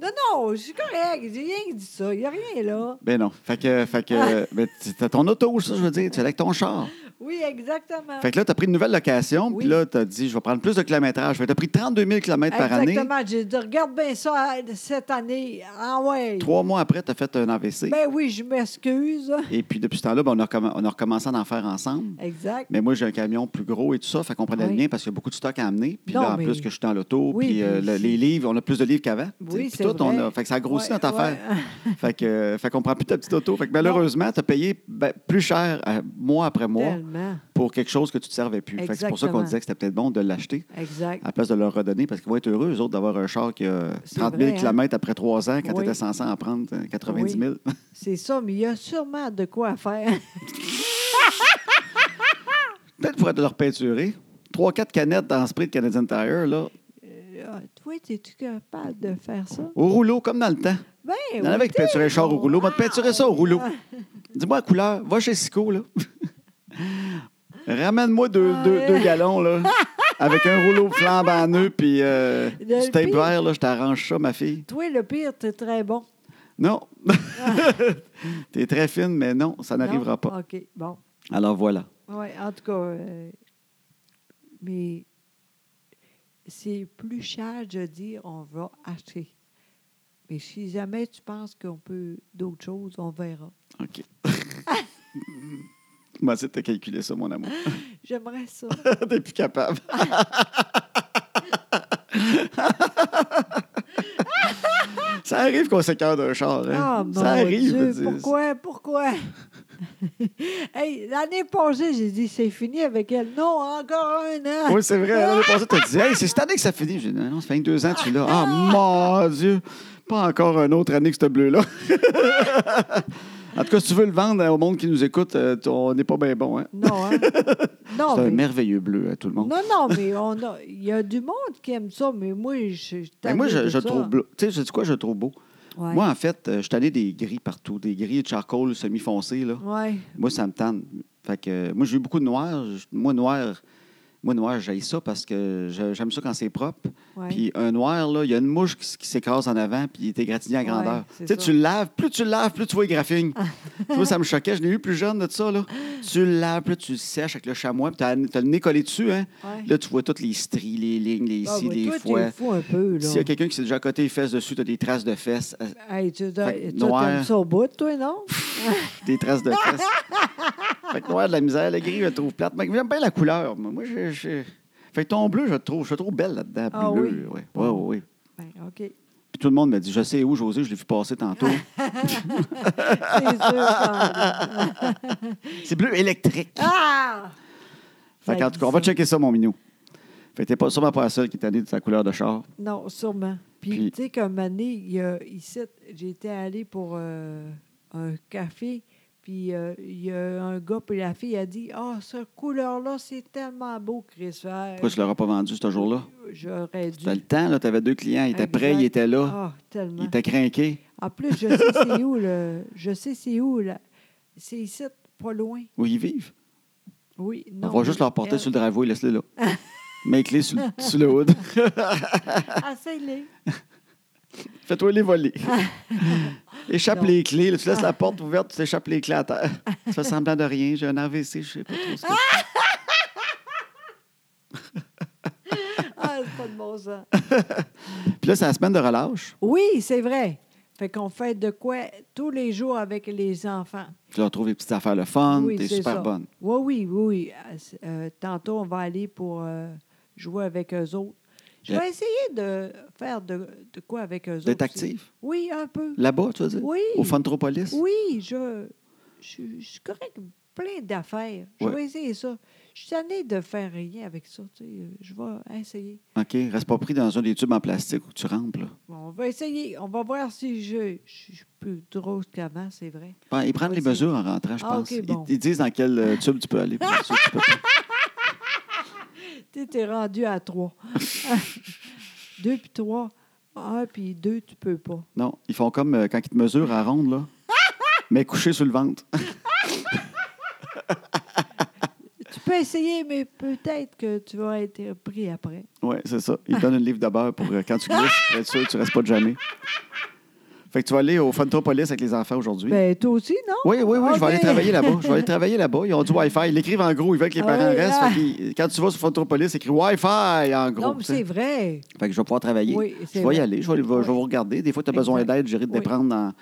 S2: Non, non, je suis correct. J'ai rien dit ça. Il n'y a rien là.
S1: Ben non. Fait que. Fait que ben, t- t'as ton auto, ça, je veux dire. Tu allais avec ton char.
S2: Oui, exactement.
S1: Fait que là, t'as pris une nouvelle location, puis
S2: Ah. Oui.
S1: là, t'as dit, je vais prendre plus de kilométrage. Fait que t'as pris 32 000 km par année.
S2: exactement. J'ai dit, regarde bien ça euh, cette année. Ah ouais.
S1: Trois mois après, t'as fait un AVC.
S2: Ben oui, je m'excuse.
S1: Et puis, depuis ce temps-là, ben, on, a recomm- on a recommencé à en faire ensemble.
S2: Exact.
S1: Mais moi, j'ai un camion plus gros et tout ça, fait qu'on prenait
S2: Oui.
S1: le mien parce qu'il y a beaucoup de stock à amener. Puis
S2: Non,
S1: là, en
S2: mais-
S1: plus que je suis dans l'auto,
S2: Oui,
S1: puis euh,
S2: puis
S1: le-
S2: c'est-
S1: les livres, on a plus de livres qu'avant. tu sais,
S2: Oui,
S1: puis
S2: c'est
S1: tout, on a-
S2: vrai.
S1: fait que ça grossit
S2: Ouais, hein,
S1: notre affaire.
S2: ouais.
S1: Fait que, euh, fait qu'on prend plus ta petite auto. Fait que malheureusement, tu as payé ben, plus cher euh, mois après mois
S2: Tellement.
S1: pour quelque chose que tu ne te servais plus. Fait que c'est pour ça qu'on
S2: Exactement.
S1: disait que c'était peut-être bon de l'acheter
S2: Exact.
S1: à la place de leur redonner parce qu'ils vont être heureux, eux autres, d'avoir un char qui a
S2: C'est
S1: 30
S2: vrai,
S1: 000
S2: hein?
S1: km après trois ans quand
S2: Oui.
S1: tu étais censé en prendre euh, 90 000.
S2: C'est ça, mais il y a sûrement de quoi à faire.
S1: *laughs*
S2: *laughs*
S1: peut-être pour être leur peinturer. Trois, quatre canettes dans le spray de Canadian Tire, là,
S2: Ah, Toi, es-tu capable de faire ça?
S1: au rouleau, comme dans le temps.
S2: Ben, Ah,
S1: Il y en avait qui peinturaient le char au rouleau. Moi, te peinturer ça au rouleau. Dis-moi la couleur. Va chez Sico, là. *laughs* Ramène-moi deux,
S2: Ah,
S1: deux-
S2: ouais.
S1: deux galons, là. Avec un rouleau flambant en nœud, puis euh,
S2: Le
S1: du tape
S2: pire.
S1: vert, là. Je t'arrange ça, ma fille.
S2: Toi, le pire, t'es très bon. *laughs*
S1: Non. T'es très fine, mais non, ça n'arrivera
S2: Non?
S1: pas.
S2: OK, bon.
S1: Alors voilà.
S2: Ouais, en tout cas, euh, mais c'est plus cher de dire on va acheter. Mais si jamais tu penses qu'on peut d'autres choses, on verra.
S1: OK. *laughs* Moi, c'est de te calculer ça, mon amour. *laughs*
S2: J'aimerais ça.
S1: T'es plus
S2: *laughs*
S1: capable. ça arrive qu'on s'écarte d'un char.
S2: Ah,
S1: Hein?
S2: mon
S1: ça arrive. je
S2: Dieu,
S1: veux dire.
S2: pourquoi, pourquoi? *laughs* Hey, l'année passée, j'ai dit, c'est fini avec elle. Non, encore un
S1: *laughs*
S2: an.
S1: Oui, c'est vrai. L'année passée, t'as dit, hey, c'est cette année que ça finit. J'ai dit, non, ça fait deux ans que tu l'as. Ah, mon Dieu! Pas encore une autre année que ce bleu-là. *laughs* en tout cas, si tu veux le vendre au monde qui nous écoute, euh, t- on n'est pas bien bon. Hein? *laughs*
S2: Non, hein? non,
S1: C'est un hein.
S2: mais-
S1: merveilleux bleu à tout le monde.
S2: non, non, mais on a- il y a du monde qui aime ça, mais moi, je suis
S1: Mais moi,
S2: tannée
S1: je,
S2: de
S1: je le
S2: ça.
S1: trouve bleu. Tu sais, sais-tu quoi je le trouve beau?
S2: Ouais.
S1: Moi, en fait, euh, je suis allé des gris partout, des gris charcoal semi-foncés. là.
S2: Ouais.
S1: Moi, ça me tente. Fait que, euh, moi, j'ai eu beaucoup de noir. Je- Moi, noir, moi, noir j'aille ça parce que je- j'aime ça quand c'est propre.
S2: Ouais.
S1: Puis un noir, là, il y a une mouche qui, s- qui s'écrase en avant, puis il est égratigné à
S2: Ouais,
S1: grandeur.
S2: c'est
S1: tu sais,
S2: ça. Ah.
S1: tu le laves, plus tu le laves, plus tu vois les graphines. *laughs* tu vois, ça me choquait. Je l'ai eu plus jeune de ça, là. Tu le laves, plus tu le sèches avec le chamois, puis t'as t'as le nez collé dessus, hein.
S2: Ouais.
S1: Là, tu vois toutes les stries, les lignes, les
S2: Ah,
S1: ici,
S2: mais
S1: les
S2: toi, t'es
S1: fois.
S2: fou un peu, là. Ben,
S1: S'il y a quelqu'un qui s'est déjà coté les fesses dessus, t'as des traces de fesses, euh,
S2: Hey, tu dois-
S1: Fait que
S2: toi,
S1: noir.
S2: t'aimes ça au bout, toi, non?
S1: des traces de fesses. fait que noir de la misère, le gris, je le trouve plate. Mais j'aime bien la couleur, moi. Moi, je, je- Fait que ton bleu, je le trouve, je le trouve belle là-dedans,
S2: Ah
S1: bleu.
S2: oui?
S1: ouais. Ouais, ouais, ouais.
S2: Ben, OK.
S1: Puis tout le monde me dit, je sais où, José, je l'ai vu passer
S2: *laughs*
S1: tantôt.
S2: C'est sûr.
S1: *laughs*
S2: ça.
S1: C'est bleu électrique.
S2: Ah!
S1: Fait qu'en tout cas, on va checker ça, mon minou. Fait que t'es pas, sûrement pas la seule qui est allée de sa couleur de char.
S2: Non, sûrement. Puis,
S1: Puis-
S2: tu sais, comme année, il y a, ici, j'étais allée pour euh, un café, puis euh, il y a un gars, puis la fille a dit Ah, cette couleur-là, c'est tellement beau, Chris. Ah,
S1: Pourquoi tu l'auras pas vendu ce jour-là?
S2: J'aurais dû.
S1: T'as le temps, là, t'avais deux clients, ils étaient
S2: Exact.
S1: prêts, ils étaient là,
S2: Ah,
S1: ils
S2: tellement.
S1: étaient craqués.
S2: En plus, je sais c'est où, le... Je sais c'est où, là. C'est ici, pas loin.
S1: Où ils vivent?
S2: Oui,
S1: On
S2: non. Euh.
S1: va juste leur porter sur le driveway, laisse-les
S2: *laughs*
S1: là. Mets les clés sur, le- sur le hood.
S2: ah,
S1: *laughs*
S2: Asseyez-les.
S1: Fais-toi les
S2: *laughs*
S1: voler. Échappe
S2: Non.
S1: les clés. là, tu laisses la porte ouverte, tu t'échappes les clés à
S2: *laughs*
S1: terre. Tu fais semblant de rien. J'ai un AVC, je sais pas trop ce que c'est.
S2: Ah, c'est pas de bon sens.
S1: Puis là, c'est la semaine de relâche.
S2: Oui, c'est vrai. Fait qu'on fait de quoi tous les jours avec les enfants.
S1: Tu leur trouves des petites affaires le fun.
S2: Oui,
S1: T'es
S2: c'est
S1: super
S2: ça.
S1: bonne.
S2: Oui, oui, oui. Euh, c- euh, tantôt, on va aller pour euh, jouer avec eux autres. Je
S1: Yeah.
S2: vais essayer de faire de, de quoi avec eux autres.
S1: D'être
S2: aussi.
S1: active.
S2: Oui, un peu.
S1: Là-bas, tu veux dire?
S2: Oui.
S1: Au Funtropolis?
S2: Oui, je, je, je suis correct, plein d'affaires. Je
S1: Ouais.
S2: vais essayer ça. Je suis tannée de faire rien avec ça. tu sais. Je vais essayer.
S1: OK. Reste pas pris dans un des tubes en plastique où tu rampes. là.
S2: Bon, on va essayer. On va voir si je, je suis plus drôle qu'avant, c'est vrai.
S1: Ben, Ils prennent les
S2: Ouais, c'est-
S1: mesures en rentrant, je
S2: Ah,
S1: pense.
S2: OK, bon.
S1: ils, ils disent dans quel euh, tube tu peux aller. puis dans ceux que tu peux pas.
S2: *laughs* Tu es rendu à trois. *laughs* deux puis trois. Un puis deux, tu peux pas.
S1: Non, ils font comme euh, quand ils te mesurent à la ronde, là. mais couché sur le ventre.
S2: Tu peux essayer, mais peut-être que tu vas être pris après.
S1: Oui, c'est ça. Ils te donnent une livre de beurre pour euh, quand tu glisses, pour être sûr que tu restes pas de jamais. Fait que tu vas aller au Funtropolis avec les enfants aujourd'hui.
S2: Ben, toi aussi, non?
S1: Oui, oui, oui, je vais
S2: Ok.
S1: aller travailler là-bas. Je vais aller travailler là-bas. Ils ont du Wi-Fi. Ils l'écrivent en gros. Ils veulent que les
S2: Ah
S1: parents
S2: oui,
S1: restent.
S2: ah.
S1: Fait qu'ils- quand tu vas sur Photopolis, c'est écrit Wi-Fi en gros.
S2: non, mais
S1: tu sais.
S2: c'est vrai.
S1: Fait que je vais pouvoir travailler.
S2: Oui,
S1: je vais
S2: c'est
S1: y
S2: vrai.
S1: aller. Je vais, je vais
S2: Oui.
S1: vous regarder. Des fois, tu as besoin
S2: Exact.
S1: d'aide. J'irai te
S2: Oui.
S1: prendre dans,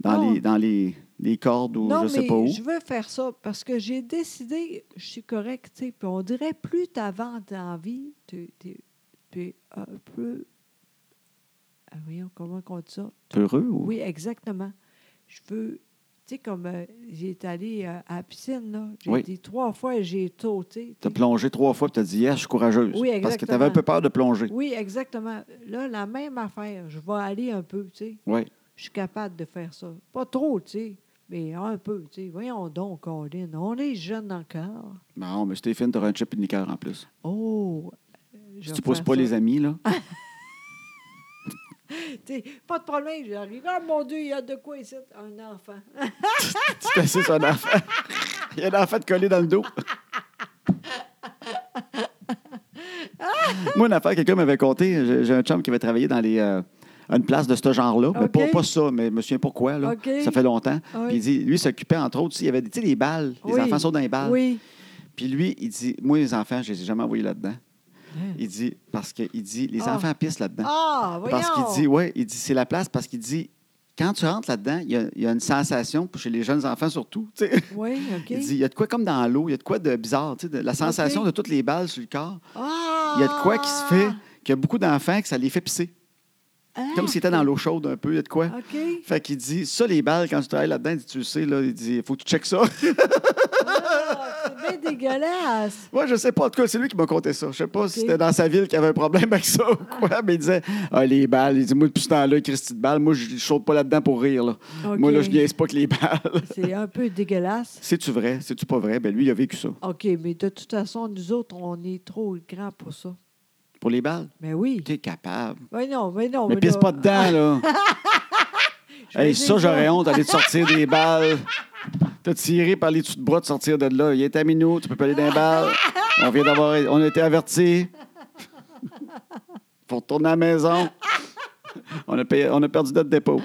S1: dans,
S2: Non.
S1: les, dans les, les cordes ou
S2: non,
S1: je sais
S2: mais
S1: pas où.
S2: je veux faire ça parce que j'ai décidé, je suis correcte, tu sais, puis on dirait plus t'avant d'envie, tu tu- puis un peu... Ah, voyons, comment on dit ça?
S1: T'es heureux ou?
S2: Oui, exactement. Je veux... Tu sais, comme euh, j'étais allée euh, à la piscine, là, j'ai
S1: Oui.
S2: dit trois fois, j'ai sauté.
S1: Tu
S2: tu
S1: as
S2: sais.
S1: plongé trois fois et tu as dit, yes, je suis courageuse.
S2: Oui,
S1: Parce que tu
S2: exactement.
S1: avais un peu peur de plonger.
S2: Oui, exactement. Là, la même affaire, je vais aller un peu, tu sais.
S1: Oui.
S2: je suis capable de faire ça. Pas trop, tu sais, mais un peu, tu sais. Voyons donc, Colin, on est jeune encore.
S1: Ben Non, mais Stéphane, tu auras un chip et une liqueur en plus.
S2: Oh! euh, je
S1: Si
S2: vais
S1: tu pousses
S2: faire
S1: pas
S2: ça.
S1: les amis,
S2: *laughs*
S1: là.
S2: Tu sais, Pas de problème, j'arrive. Ah, mon Dieu, il y a de quoi ici? Un enfant.
S1: tu t'assises un enfant. Il y a un enfant de collé dans le dos. Moi, une affaire, quelqu'un m'avait conté, j'ai- j'ai un chum qui avait travaillé dans les. euh, à une place de ce genre-là. Mais
S2: OK.
S1: pas, pas ça, mais je me souviens pourquoi. Là.
S2: OK.
S1: Ça fait longtemps.
S2: Ah oui.
S1: Puis il dit, lui, il s'occupait, entre autres, il y avait des, tu sais, des balles. Les
S2: Oui.
S1: enfants sont dans les balles.
S2: Oui.
S1: Puis lui, il dit, moi, les enfants, je les ai jamais envoyés là-dedans. Il dit, parce qu'il dit, les
S2: Ah.
S1: enfants pissent là-dedans.
S2: Ah, voyons!
S1: Parce qu'il dit, oui, il dit, c'est la place parce qu'il dit, quand tu rentres là-dedans, il y, a- il y a une sensation, chez les jeunes enfants surtout, tu sais.
S2: Oui, OK.
S1: Il dit, il y a de quoi comme dans l'eau, il y a de quoi de bizarre, tu sais, de- la sensation
S2: Ok.
S1: de toutes les balles sur le corps.
S2: Ah!
S1: Il y a de quoi qui se fait, qu'il y a beaucoup d'enfants que ça les fait pisser.
S2: Ah!
S1: Comme s'ils étaient dans l'eau chaude un peu, il y a de quoi.
S2: OK.
S1: Fait qu'il dit, ça, les balles, quand tu travailles là-dedans, il dit, tu le sais, là, il dit, faut que tu checkes ça. *laughs*
S2: Ah, c'est
S1: *laughs*
S2: bien dégueulasse.
S1: Moi, je sais pas. En tout cas, c'est lui qui m'a conté ça. Je sais pas si
S2: Ok.
S1: c'était dans sa ville qu'il y avait un problème avec ça ou quoi, mais il disait Ah, les balles. Il dit Moi, depuis ce temps-là, Christy de balles, moi, je saute pas là-dedans pour rire. Là.
S2: Ok.
S1: Moi, là, je niaise pas que les balles. *laughs*
S2: C'est un peu dégueulasse.
S1: C'est-tu vrai C'est-tu pas vrai Ben, lui, il a vécu ça.
S2: OK, mais de toute façon, nous autres, on est trop grands pour ça.
S1: Pour les balles
S2: Mais oui.
S1: T'es capable.
S2: Mais non, mais non.
S1: Mais pisse
S2: Oh
S1: pas
S2: là-
S1: dedans, là.
S2: *laughs* Je vais
S1: hey,
S2: dire
S1: ça, j'aurais honte d'aller te sortir des balles. T'as tiré par les dessous de bras de sortir de là. Il est à minou, tu peux pas aller dans les balles. On vient d'avoir. On a été
S2: *laughs*
S1: avertis. Faut retourner à la maison. On a, payé- on a perdu notre dépôt.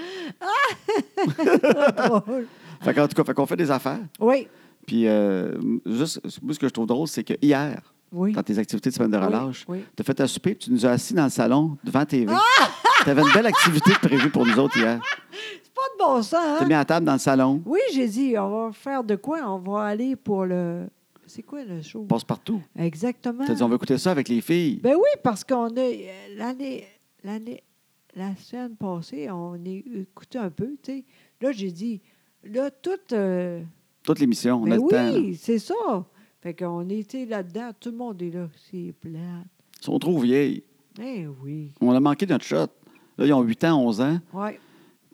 S2: drôle.
S1: Fait qu'en tout cas, fait qu'on fait des affaires.
S2: *laughs* Oui,
S1: Puis, euh, juste, moi, ce que je trouve drôle, c'est que hier,
S2: oui.
S1: dans tes activités de semaine de
S2: Oui,
S1: relâche,
S2: oui.
S1: tu as fait un souper puis tu nous as assis dans le salon devant TV.
S2: Ah! *laughs*
S1: Tu avais une belle activité de prévue pour nous autres hier.
S2: C'est pas de bon sens,
S1: Tu
S2: hein?
S1: mis à table dans le salon,
S2: Oui, j'ai dit, on va faire de quoi? On va aller pour le... C'est quoi le show?
S1: passe partout.
S2: Exactement.
S1: Tu as dit, on va écouter ça avec les filles.
S2: Ben oui, parce qu'on a... euh, L'année... L'année... La semaine passée, on a écouté un peu, tu sais. Là, j'ai dit, là, tout... euh,
S1: Toute l'émission, on
S2: ben
S1: a
S2: oui,
S1: le temps. là.
S2: c'est ça. Fait qu'on était là-dedans, tout le monde est là. C'est plate.
S1: Ils sont trop vieilles.
S2: Ben oui.
S1: On a manqué notre shot. Là, ils ont 8 ans, 11 ans.
S2: Ouais.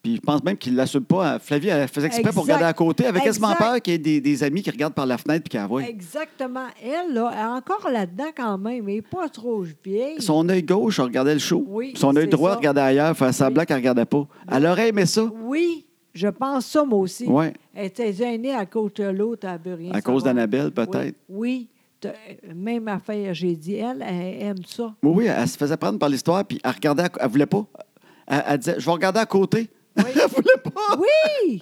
S1: Puis je pense même qu'ils ne l'assument pas. Flavie, elle faisait exprès pour
S2: Exact.
S1: regarder à côté. Elle avait quasiment
S2: Exact.
S1: peur qu'il y ait des, des amis qui regardent par la fenêtre puis qui la voient.
S2: Exactement. Elle, là, elle est encore là-dedans quand même, mais pas trop vieille.
S1: Son œil gauche, elle regardait le show.
S2: Oui,
S1: Son œil
S2: c'est
S1: droit,
S2: ça.
S1: elle regardait ailleurs, faire semblant
S2: Oui.
S1: qu'elle ne regardait pas. Elle aurait aimé ça.
S2: Oui, je pense ça, moi aussi.
S1: Oui,
S2: Elle était gênée à cause de l'autre, elle veut rien
S1: à cause
S2: savoir.
S1: d'Annabelle, peut-être.
S2: Oui, oui. T'as- même affaire, j'ai dit, elle, elle aime ça.
S1: Oui. oui, elle se faisait prendre par l'histoire, puis elle regardait, à- elle voulait pas. Elle, elle disait, je vais regarder à côté.
S2: Oui.
S1: elle voulait pas.
S2: Oui!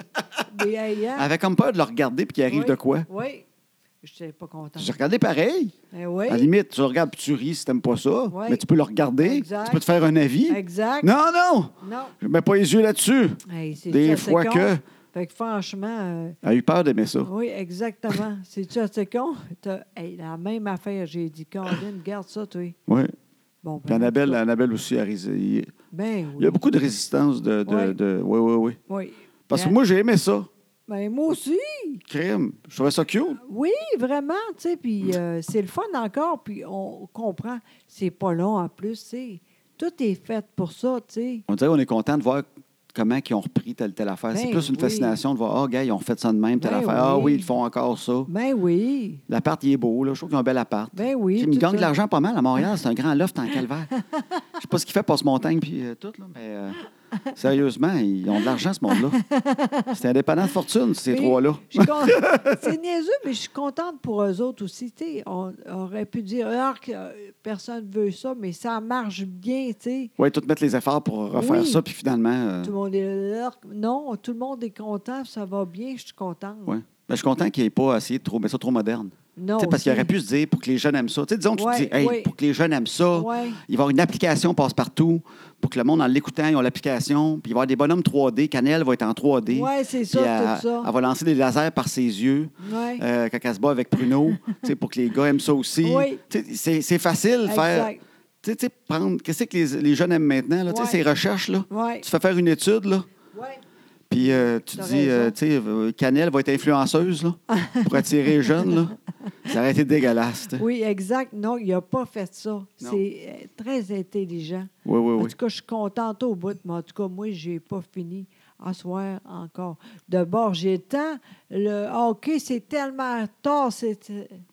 S2: Mais elle, elle-
S1: Elle avait comme peur de le regarder, puis qu'il arrive
S2: oui,
S1: de quoi.
S2: Oui. Je n'étais pas contente.
S1: J'ai regardé pareil.
S2: Ben oui.
S1: À la limite, tu le regardes, puis tu ris si t'aimes pas ça.
S2: Oui.
S1: Mais tu peux le regarder.
S2: Exact.
S1: Tu peux te faire un avis.
S2: Exact.
S1: Non, non,
S2: Non.
S1: je mets pas les yeux là-dessus.
S2: Hey, c'est
S1: Des
S2: ça, c'est
S1: fois
S2: con.
S1: que-
S2: Fait que franchement, euh,
S1: Elle a eu peur d'aimer ça.
S2: Oui,
S1: *laughs*
S2: exactement. C'est-tu assez con? T'as- hey, la même affaire, j'ai dit, Caroline, garde ça, toi.
S1: Oui.
S2: Bon,
S1: Puis Annabelle, Annabelle aussi, elle rés- il
S2: Ben
S1: il y a
S2: oui.
S1: beaucoup de résistance. De, de,
S2: Oui.
S1: de- Oui, oui, oui.
S2: oui.
S1: Parce que
S2: Ben,
S1: moi, j'ai aimé ça.
S2: Ben, moi aussi.
S1: Crime. Je trouvais ça cute.
S2: Oui, vraiment, tu sais, puis euh, c'est le fun encore, puis on comprend. C'est pas long en plus, tu sais. Tout est fait pour ça, tu sais.
S1: On dirait qu'on est content de voir comment ils ont repris telle telle affaire. c'est
S2: Ben
S1: plus une
S2: oui.
S1: fascination de voir, ah, gars, ils ont fait ça de même, telle
S2: Ben
S1: affaire. Ah
S2: oui.
S1: oui, ils font encore ça.
S2: Ben oui,
S1: L'appart, il est beau, là. Je trouve qu'ils ont un bel appart.
S2: ben oui.
S1: Il me
S2: tout
S1: gagne
S2: ça.
S1: de l'argent pas mal à Montréal. C'est un grand loft
S2: *laughs*
S1: en calvaire. Je sais pas ce qu'il fait, passe montagne puis euh, tout, là, mais euh, sérieusement, ils ont de l'argent, ce monde-là. C'est indépendant de fortune, ces
S2: Mais
S1: trois-là.
S2: je
S1: *laughs*
S2: suis con- C'est niaiseux, mais je suis contente pour eux autres aussi. tu sais. on aurait pu dire, ah, que, euh, personne veut ça, mais ça marche bien, tu sais.
S1: Oui, tout mettre les efforts pour refaire
S2: Oui.
S1: ça, puis finalement. euh,
S2: Tout le monde est là. Non, tout le monde est content, ça va bien, je suis contente.
S1: ouais. Ben, je suis content qu'il n'ait pas essayé de trouver ça trop moderne.
S2: Non,
S1: Tu sais, parce qu'il
S2: c'est-
S1: aurait pu se dire pour que les jeunes aiment ça. Tu sais, disons, tu te
S2: Ouais,
S1: dis, hey,
S2: oui.
S1: pour que les jeunes aiment ça,
S2: Ouais.
S1: il va y avoir une application passe-partout pour que le monde, en l'écoutant, ils ont l'application. Puis il va y avoir des bonhommes 3D. Canel va être en 3D.
S2: Ouais, c'est
S1: Puis
S2: ça,
S1: elle,
S2: tout ça.
S1: elle va lancer des lasers par ses yeux
S2: Ouais.
S1: euh, quand elle se bat avec
S2: *laughs*
S1: Bruno, tu sais, pour que les gars aiment ça aussi.
S2: Oui.
S1: Tu sais, C'est c'est facile de faire.
S2: Exact.
S1: tu sais, tu sais, prendre- Qu'est-ce que les, les jeunes aiment maintenant? Là, tu sais, Ces
S2: Ouais.
S1: recherches. Là.
S2: Ouais.
S1: Tu fais faire une étude, là,
S2: Ouais.
S1: puis euh, tu te
S2: T'as
S1: dis, euh,
S2: raison.
S1: tu sais, euh, Canel va être influenceuse là, pour attirer les jeunes.
S2: *laughs*
S1: Là. Ça aurait été dégueulasse. tu sais.
S2: Oui, exact. Non, il n'a pas fait ça. C'est euh, très intelligent.
S1: Oui, oui,
S2: En
S1: oui.
S2: tout cas, je suis contente au bout, mais en tout cas, moi, je n'ai pas fini à soir encore. De bord, j'ai le temps. Le hockey, c'est tellement tard. C'est...